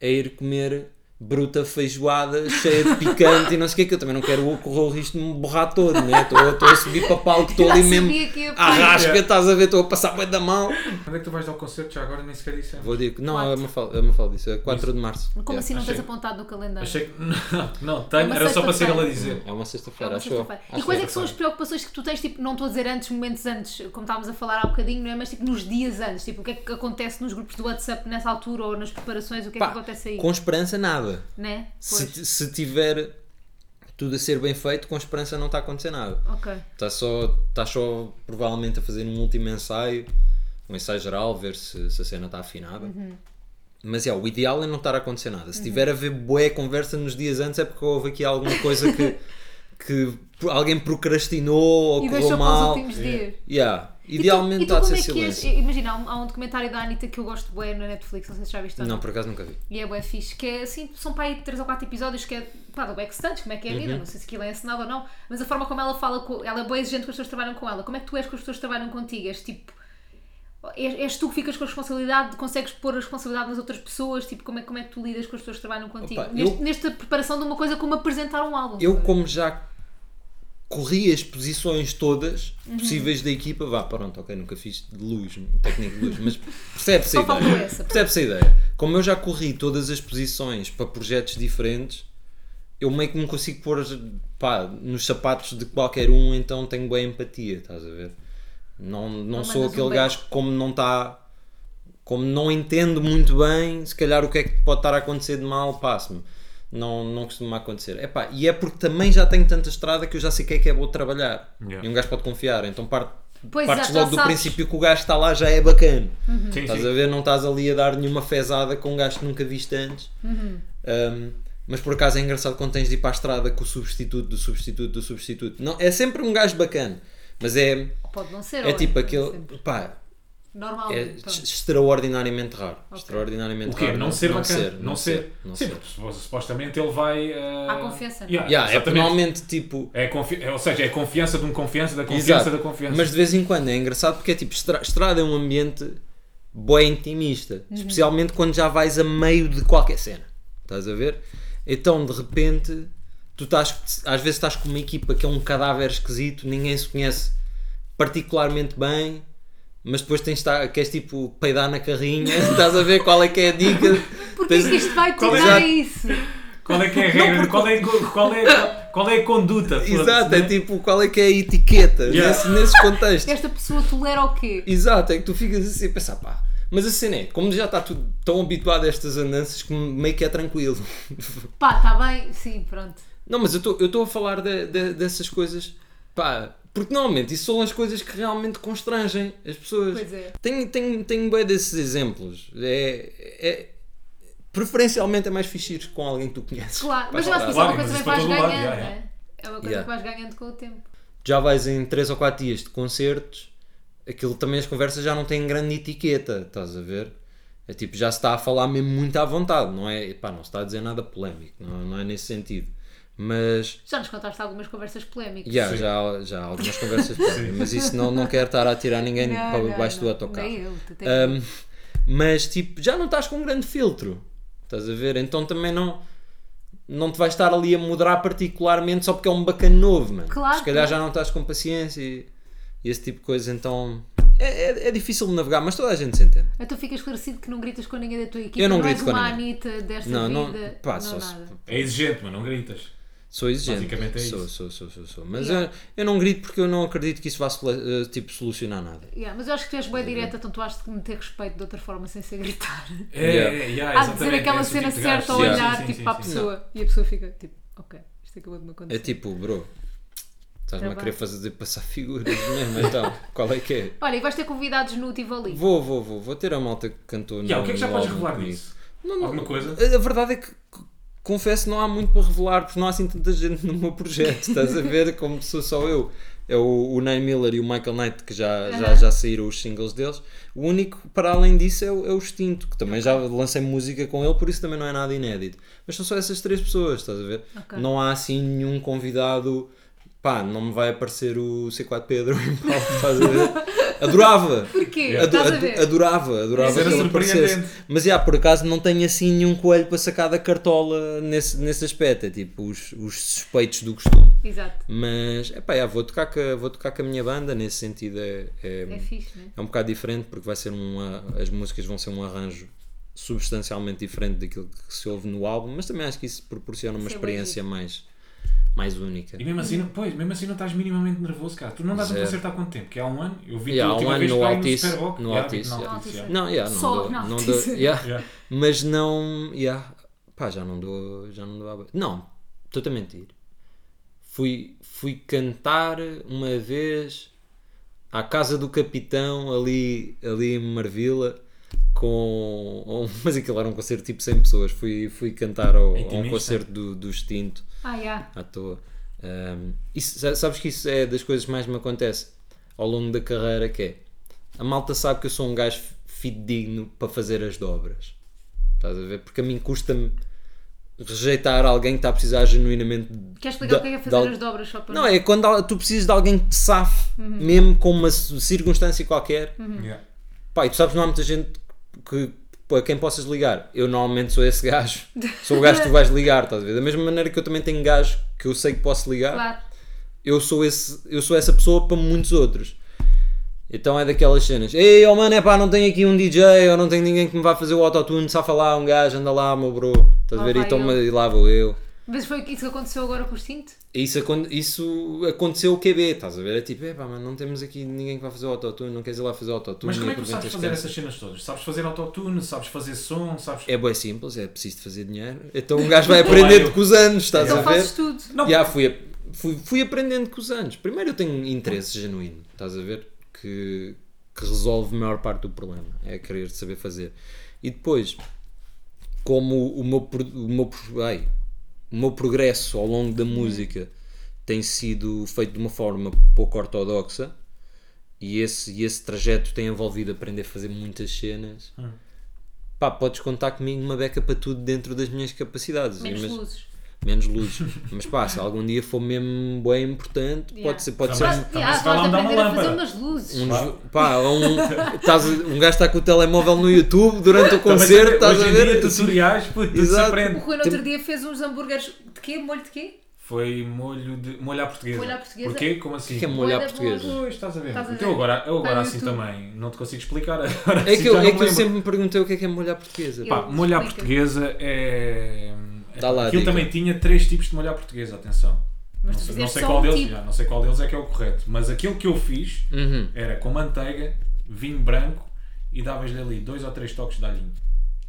Speaker 4: é ir comer bruta feijoada cheia de picante e não sei o que, que eu também não quero correr o risco de me borrar todo, né? Estou estou a subir para palco, estou
Speaker 1: Já
Speaker 4: ali
Speaker 1: sabia
Speaker 4: mesmo
Speaker 1: que ia
Speaker 4: à
Speaker 1: pôr.
Speaker 4: rasca, estás a ver, estou a passar bem da mão.
Speaker 2: Quando é que tu vais ao concerto? Já agora nem sequer disse.
Speaker 4: Vou dizer, que- não,
Speaker 1: Quatro.
Speaker 4: eu me falo, eu me falo disso, é 4 de março.
Speaker 1: Como
Speaker 4: É.
Speaker 1: assim não
Speaker 2: achei-
Speaker 1: tens apontado no calendário?
Speaker 2: Achei que. Não,
Speaker 1: É
Speaker 2: tenho.
Speaker 1: uma
Speaker 2: Era só para ser
Speaker 1: sexta-feira.
Speaker 2: ela a dizer.
Speaker 4: É uma
Speaker 1: É
Speaker 4: sexta-feira,
Speaker 1: uma
Speaker 4: acho eu.
Speaker 1: sexta-feira.
Speaker 4: Acho
Speaker 1: E
Speaker 4: eu.
Speaker 1: quais é que são as preocupações que tu tens, tipo, não estou a dizer antes, momentos antes, como estávamos a falar há bocadinho, não é? Mas tipo nos dias antes, tipo, o que é que acontece nos grupos do WhatsApp nessa altura ou nas preparações, o que é
Speaker 4: Pá,
Speaker 1: que acontece aí?
Speaker 4: Com esperança, nada.
Speaker 1: Né?
Speaker 4: Se,
Speaker 1: Pois.
Speaker 4: ti- se tiver tudo a ser bem feito, com esperança não está a acontecer nada.
Speaker 1: Ok.
Speaker 4: Está só, tá só provavelmente a fazer um último ensaio, um ensaio geral, ver se, se a cena está afinada.
Speaker 1: Uhum.
Speaker 4: Mas é, o ideal é não estar a acontecer nada. Se tiver a ver boé conversa nos dias antes é porque houve aqui alguma coisa que, que alguém procrastinou ou
Speaker 1: E
Speaker 4: correu
Speaker 1: deixou para os
Speaker 4: mal.
Speaker 1: últimos dias.
Speaker 4: Yeah.
Speaker 1: E tu-
Speaker 4: Idealmente
Speaker 1: e tu
Speaker 4: está a
Speaker 1: como
Speaker 4: ser
Speaker 1: é que és?
Speaker 4: silêncio.
Speaker 1: Imagina, há um, há um documentário da Anitta que eu gosto de bué na Netflix, não sei se já viste ou
Speaker 4: Não, por acaso nunca vi.
Speaker 1: E é bué fixe, que é assim, são para aí 3 ou 4 episódios que é, pá, do backstage, como é que é a
Speaker 4: Uhum.
Speaker 1: vida, não sei se aquilo é ensinado ou não, mas a forma como ela fala, com, ela é boa exigente com as pessoas que trabalham com ela, como é que tu és com as pessoas que trabalham contigo, és tipo, és, és tu que ficas com a responsabilidade, consegues pôr a responsabilidade nas outras pessoas, tipo, como é, como é que tu lidas com as pessoas que trabalham contigo,
Speaker 4: Opa,
Speaker 1: Neste-
Speaker 4: eu-
Speaker 1: nesta preparação de uma coisa como apresentar um álbum.
Speaker 4: Eu, como já corri as posições todas
Speaker 1: Uhum.
Speaker 4: possíveis da equipa, vá, pronto, ok, nunca fiz de luz, técnico de luz, mas percebe-se a
Speaker 1: Só faltou
Speaker 4: ideia.
Speaker 1: essa.
Speaker 4: Percebe-se a ideia. Como eu já corri todas as posições para projetos diferentes, eu meio que me consigo pôr pá, nos sapatos de qualquer um, então tenho boa empatia, estás a ver? Não, não,
Speaker 1: mandas
Speaker 4: sou
Speaker 1: um
Speaker 4: aquele
Speaker 1: beco.
Speaker 4: gajo que, como não tá está. Como não entendo muito bem, se calhar o que é que pode estar a acontecer de mal, passo-me. Não, não costuma acontecer. Epá, e é porque também já tenho tanta estrada que eu já sei que é que é bom trabalhar.
Speaker 2: Yeah.
Speaker 4: E um gajo pode confiar. Então parte,
Speaker 1: Pois,
Speaker 4: partes
Speaker 1: exato, já
Speaker 4: logo do
Speaker 1: sabes. Uhum.
Speaker 4: princípio que o gajo está lá já é bacana.
Speaker 2: Sim,
Speaker 4: Estás
Speaker 2: sim.
Speaker 4: a ver? Não estás ali a dar nenhuma fezada com um gajo que nunca viste antes.
Speaker 1: Uhum.
Speaker 4: Um, mas por acaso é engraçado quando tens de ir para a estrada com o substituto do substituto do substituto. Não, é sempre um gajo bacana. Mas é,
Speaker 1: Pode não ser,
Speaker 4: é
Speaker 1: olha,
Speaker 4: tipo
Speaker 1: não
Speaker 4: aquele.
Speaker 1: sempre.
Speaker 4: Pá,
Speaker 1: Normal, então.
Speaker 4: é
Speaker 1: pronto.
Speaker 4: extraordinariamente raro. Extraordinariamente
Speaker 2: O quê?
Speaker 4: raro.
Speaker 2: Não ser bacana.
Speaker 4: Não ser. Não
Speaker 2: Sim,
Speaker 4: ser.
Speaker 2: porque supo- supostamente ele vai. eh,
Speaker 1: Há confiança, não é?
Speaker 2: Yeah,
Speaker 4: Yeah, é
Speaker 2: exatamente.
Speaker 4: normalmente tipo.
Speaker 2: É confi- é, ou seja, é confiança de um confiança, da confiança
Speaker 4: Exato.
Speaker 2: da confiança.
Speaker 4: Mas de vez em quando é engraçado porque é tipo, estra- estrada é um ambiente bem intimista,
Speaker 1: Uhum.
Speaker 4: especialmente quando já vais a meio de qualquer cena. Estás a ver? Então de repente tu estás, às vezes estás com uma equipa que é um cadáver esquisito, ninguém se conhece particularmente bem, mas depois tens de estar, queres tipo peidar na carrinha, estás a ver qual é que é a dica.
Speaker 1: Porquê
Speaker 4: Tens-
Speaker 1: que isto vai
Speaker 4: Qual é-
Speaker 1: tornar
Speaker 4: Exato.
Speaker 1: isso?
Speaker 2: Qual é que é a regra? qual, é, qual, é, qual é a conduta? Foda-se,
Speaker 4: Exato,
Speaker 2: né?
Speaker 4: é tipo qual é que é a etiqueta
Speaker 2: Yeah.
Speaker 4: nesse, nesses contextos.
Speaker 1: Esta pessoa tolera o quê?
Speaker 4: Exato, é que tu ficas assim a pensar, pá. Mas a cena é, como já está tudo tão habituado a estas andanças que meio que é tranquilo.
Speaker 1: Pá, está bem, sim, pronto.
Speaker 4: Não, mas eu estou- eu estou a falar de- de- dessas coisas, pá. Porque normalmente isso são as coisas que realmente constrangem as pessoas.
Speaker 1: Pois é.
Speaker 4: Tenho, tenho, tenho bem desses exemplos. É, é- preferencialmente é mais fixe ir com alguém que tu conheces.
Speaker 1: Claro, mas
Speaker 4: Vais
Speaker 1: eu acho que
Speaker 4: falar.
Speaker 1: isso é uma
Speaker 2: Claro,
Speaker 1: coisa
Speaker 2: mas
Speaker 1: que
Speaker 2: isso para
Speaker 1: vais
Speaker 2: todo
Speaker 1: ganhando,
Speaker 2: lado,
Speaker 1: não
Speaker 2: já,
Speaker 1: é? É uma coisa
Speaker 4: Yeah.
Speaker 1: que vais ganhando com o tempo.
Speaker 4: já vais em 3 ou 4 dias de concertos, aquilo também as conversas já não têm grande etiqueta, estás a ver? É tipo, já se está a falar mesmo muito à vontade, não é? Pá, não se está a dizer nada polémico, não, não é nesse sentido. Mas
Speaker 1: Já nos contaste algumas conversas polémicas.
Speaker 4: já já, já há algumas conversas polémicas, mas isso não, não quer estar a tirar ninguém
Speaker 1: Não,
Speaker 4: para
Speaker 1: não,
Speaker 4: baixo
Speaker 1: não.
Speaker 4: do autocarro.
Speaker 1: Nem eu, tu tens-
Speaker 4: Um, mas tipo, já não estás com um grande filtro. Estás a ver? Então também não não te vais estar ali a moderar particularmente só porque é um bacana novo, mano.
Speaker 1: Claro,
Speaker 4: Se calhar
Speaker 1: claro.
Speaker 4: já não estás com paciência e, e esse tipo de coisa, então é, é, é difícil de navegar, mas toda a gente se entende.
Speaker 1: Então fica esclarecido que não gritas com ninguém da tua equipa.
Speaker 4: Eu não
Speaker 1: és
Speaker 4: grito com
Speaker 1: uma
Speaker 4: ninguém.
Speaker 1: Anitta desta
Speaker 4: Não, não,
Speaker 1: vida.
Speaker 4: pá,
Speaker 1: não
Speaker 4: só se-
Speaker 1: nada.
Speaker 2: É exigente, mas não gritas.
Speaker 4: Sou exigente.
Speaker 2: Basicamente é
Speaker 4: sou,
Speaker 2: isso.
Speaker 4: sou, sou, sou, sou. Mas
Speaker 1: Yeah.
Speaker 4: eu, eu não grito porque eu não acredito que isso vá solu- eh, tipo, solucionar nada.
Speaker 1: Yeah, mas eu acho que tu és boa direta, então tu has de meter respeito de outra forma sem ser gritar.
Speaker 2: É,
Speaker 4: Yeah.
Speaker 2: é, yeah,
Speaker 1: Há de dizer
Speaker 2: exatamente,
Speaker 1: aquela
Speaker 2: é esse
Speaker 1: cena
Speaker 2: tipo de
Speaker 1: certa
Speaker 2: gajo.
Speaker 1: ao
Speaker 4: Sim,
Speaker 1: olhar
Speaker 2: sim,
Speaker 1: tipo,
Speaker 2: sim,
Speaker 1: para a
Speaker 2: sim.
Speaker 1: pessoa e a pessoa fica tipo, ok, isto acabou de me
Speaker 4: É
Speaker 1: acontecer.
Speaker 4: tipo, bro, estás-me
Speaker 1: Tá
Speaker 4: a querer
Speaker 1: bem.
Speaker 4: fazer passar figuras mesmo, então, qual é que é?
Speaker 1: Olha, e vais ter convidados no Tivoli.
Speaker 4: Vou, vou, vou, vou ter a malta que cantou
Speaker 2: Yeah, o que é que já
Speaker 4: no
Speaker 2: podes
Speaker 4: álbum
Speaker 2: revelar
Speaker 4: comigo.
Speaker 2: disso?
Speaker 4: Não, não.
Speaker 2: Alguma coisa?
Speaker 4: A, a verdade é que, c- confesso, não há muito para revelar, porque não há assim tanta gente no meu projeto, estás a ver? Como sou só eu. É o, o Nine Miller e o Michael Knight que já, já,
Speaker 1: Aham.
Speaker 4: já saíram os singles deles. O único, para além disso, é o, é o Extinto, que também já lancei música com ele, por isso também não é nada inédito. Mas são só essas três pessoas, estás a ver?
Speaker 1: Ok.
Speaker 4: Não há assim nenhum convidado. Pá, não me vai aparecer o C4 Pedro em palco, estás a ver? Adorava!
Speaker 1: Porquê?
Speaker 4: Ado-
Speaker 1: Estás a
Speaker 4: ado-
Speaker 1: ver?
Speaker 4: adorava, adorava
Speaker 2: Isso era
Speaker 4: que ele
Speaker 2: surpreendente.
Speaker 4: aparecesse. Mas já, por acaso não tenho assim nenhum coelho para sacar da cartola nesse, nesse aspecto. É tipo os, os suspeitos do costume.
Speaker 1: Exato.
Speaker 4: Mas é pá, já, vou, tocar com, a- vou tocar com a minha banda. Nesse sentido é, é,
Speaker 1: É fixe, né?
Speaker 4: é um bocado diferente porque vai ser uma, as músicas vão ser um arranjo substancialmente diferente daquilo que se ouve no álbum. Mas também acho que isso proporciona uma
Speaker 1: Isso é bem
Speaker 4: experiência mais, mais única.
Speaker 2: E mesmo assim, não, pois, mesmo assim não estás minimamente nervoso, cara. Tu não dás um
Speaker 4: Zero.
Speaker 2: concerto há quanto tempo? Que há um ano? Eu vi
Speaker 4: Yeah,
Speaker 2: a
Speaker 4: há um
Speaker 2: última
Speaker 4: ano
Speaker 2: vez
Speaker 4: no
Speaker 2: que vai
Speaker 4: Altice,
Speaker 2: Superboc.
Speaker 4: no
Speaker 2: Yeah,
Speaker 4: Altice,
Speaker 2: no
Speaker 4: yeah.
Speaker 2: Altice, yeah.
Speaker 4: Não, yeah, não
Speaker 1: Só
Speaker 4: dou,
Speaker 1: na
Speaker 4: não dou,
Speaker 1: Altice.
Speaker 4: yeah.
Speaker 2: Yeah.
Speaker 4: mas não, yeah, pá, já não dou, já não dou à boa. Não, estou a mentir. Fui, fui cantar uma vez à casa do capitão ali, ali em Marvila com, oh, mas aquilo era um concerto tipo 100 pessoas. Fui, fui cantar ao, a um
Speaker 2: Intimista.
Speaker 4: concerto do, do Extinto
Speaker 1: Ah, yeah.
Speaker 4: à toa. Um, isso- sa- sabes que isso é das coisas que mais me acontece ao longo da carreira que é a malta sabe que eu sou um gajo fi- fidedigno para fazer as dobras. Estás a ver? Porque a mim custa-me rejeitar alguém que está a precisar genuinamente de-
Speaker 1: Queres explicar
Speaker 4: da-
Speaker 1: o que é que é
Speaker 4: de al-
Speaker 1: fazer as dobras Uhum. só para
Speaker 4: Não, é quando al- tu precisas de alguém que te safe, mesmo com uma c- circunstância
Speaker 1: Uhum.
Speaker 4: qualquer.
Speaker 2: Yeah.
Speaker 4: Pá, e tu sabes, não há muita gente que, a quem possas ligar. Eu normalmente sou esse gajo. Sou o gajo que tu vais ligar, estás a ver? Da mesma maneira que eu também tenho gajo que eu sei que posso ligar,
Speaker 1: Claro.
Speaker 4: eu, sou esse, eu sou essa pessoa para muitos outros. Então é daquelas cenas. Ei, oh mano, é pá, não tenho aqui um DJ, ou não tenho ninguém que me vá fazer o autotune, safa lá um gajo, anda lá, meu bro. Estás a
Speaker 1: Lá
Speaker 4: ver? E,
Speaker 1: vai
Speaker 4: toma,
Speaker 1: eu.
Speaker 4: e lá vou eu.
Speaker 1: Mas foi isso que aconteceu agora com o Cinto?
Speaker 4: Isso, acon- isso aconteceu o QB, estás a ver? É tipo, epá, mano, não temos aqui ninguém que vá fazer o autotune, não queres ir lá fazer o autotune?
Speaker 2: Mas como
Speaker 4: nem
Speaker 2: é que tu
Speaker 4: apresentas
Speaker 2: sabes fazer
Speaker 4: canções.
Speaker 2: essas cenas todas? Sabes fazer autotune, sabes fazer som, sabes.
Speaker 4: É bem simples, é preciso de fazer dinheiro. Então um gajo vai aprender com os anos, estás
Speaker 1: Então
Speaker 4: a ver?
Speaker 1: fazes tudo.
Speaker 2: Não,
Speaker 4: Já fui, a- fui, fui aprendendo com os anos. Primeiro eu tenho interesse genuíno, estás a ver? Que, que resolve a maior parte do problema. É querer saber fazer. E depois, como o, o meu, pro- o, meu, pro- ai, o meu progresso ao longo da música tem sido feito de uma forma pouco ortodoxa e esse, e esse trajeto tem envolvido aprender a fazer muitas cenas. Pá, podes contar comigo uma beca para tudo dentro das minhas capacidades.
Speaker 1: Menos
Speaker 4: Imag-
Speaker 1: luzes.
Speaker 4: menos luzes. Mas pá, se algum dia for mesmo bem importante,
Speaker 1: Yeah.
Speaker 4: pode ser, pode ser
Speaker 2: Também-
Speaker 4: um,
Speaker 1: Ah,
Speaker 2: também
Speaker 1: yeah,
Speaker 2: se
Speaker 1: tu
Speaker 2: vai lá
Speaker 1: vais
Speaker 2: me dar uma
Speaker 1: aprender a fazer
Speaker 2: lâmpada.
Speaker 1: umas luzes.
Speaker 4: um jo- pá, um, estás, a- um gajo está com o telemóvel no YouTube durante o
Speaker 2: Também
Speaker 4: concerto, estás
Speaker 2: hoje
Speaker 4: a
Speaker 2: em
Speaker 4: ver?
Speaker 2: Dia, tutoriais, puto, tudo se
Speaker 4: Exato.
Speaker 1: O
Speaker 2: aprende.
Speaker 1: Rui no outro dia fez uns hambúrgueres de quê? Molho de quê?
Speaker 2: Foi molho de. molho à portuguesa.
Speaker 1: Molho à portuguesa.
Speaker 2: Porquê? Como assim?
Speaker 4: O que é molho
Speaker 1: Bué
Speaker 4: à
Speaker 1: da
Speaker 4: portuguesa?
Speaker 1: boa.
Speaker 2: Pois, estás a ver.
Speaker 1: Estás a
Speaker 2: Então
Speaker 1: ver?
Speaker 2: agora, eu agora
Speaker 1: Vai no
Speaker 2: assim
Speaker 1: YouTube.
Speaker 2: também não te consigo explicar. Agora
Speaker 4: É
Speaker 2: assim
Speaker 4: que, eu,
Speaker 2: já não
Speaker 4: é que eu
Speaker 2: lembro.
Speaker 4: sempre me perguntei o que é que é molhar portuguesa.
Speaker 1: Yeah.
Speaker 2: Pá, molho à
Speaker 1: Explica.
Speaker 2: portuguesa é. é
Speaker 4: Dá lá,
Speaker 2: aquilo
Speaker 4: diga.
Speaker 2: também tinha três tipos de molho à portuguesa, atenção.
Speaker 1: Mas
Speaker 2: Não
Speaker 1: tu
Speaker 2: sei, não
Speaker 1: fizeste
Speaker 2: sei
Speaker 1: só
Speaker 2: qual
Speaker 1: um
Speaker 2: deles,
Speaker 1: tipo.
Speaker 2: já, não sei qual deles é que é o correto, mas aquilo que eu fiz
Speaker 4: Uhum.
Speaker 2: era com manteiga, vinho branco e davas-lhe ali dois ou três toques de alhinho.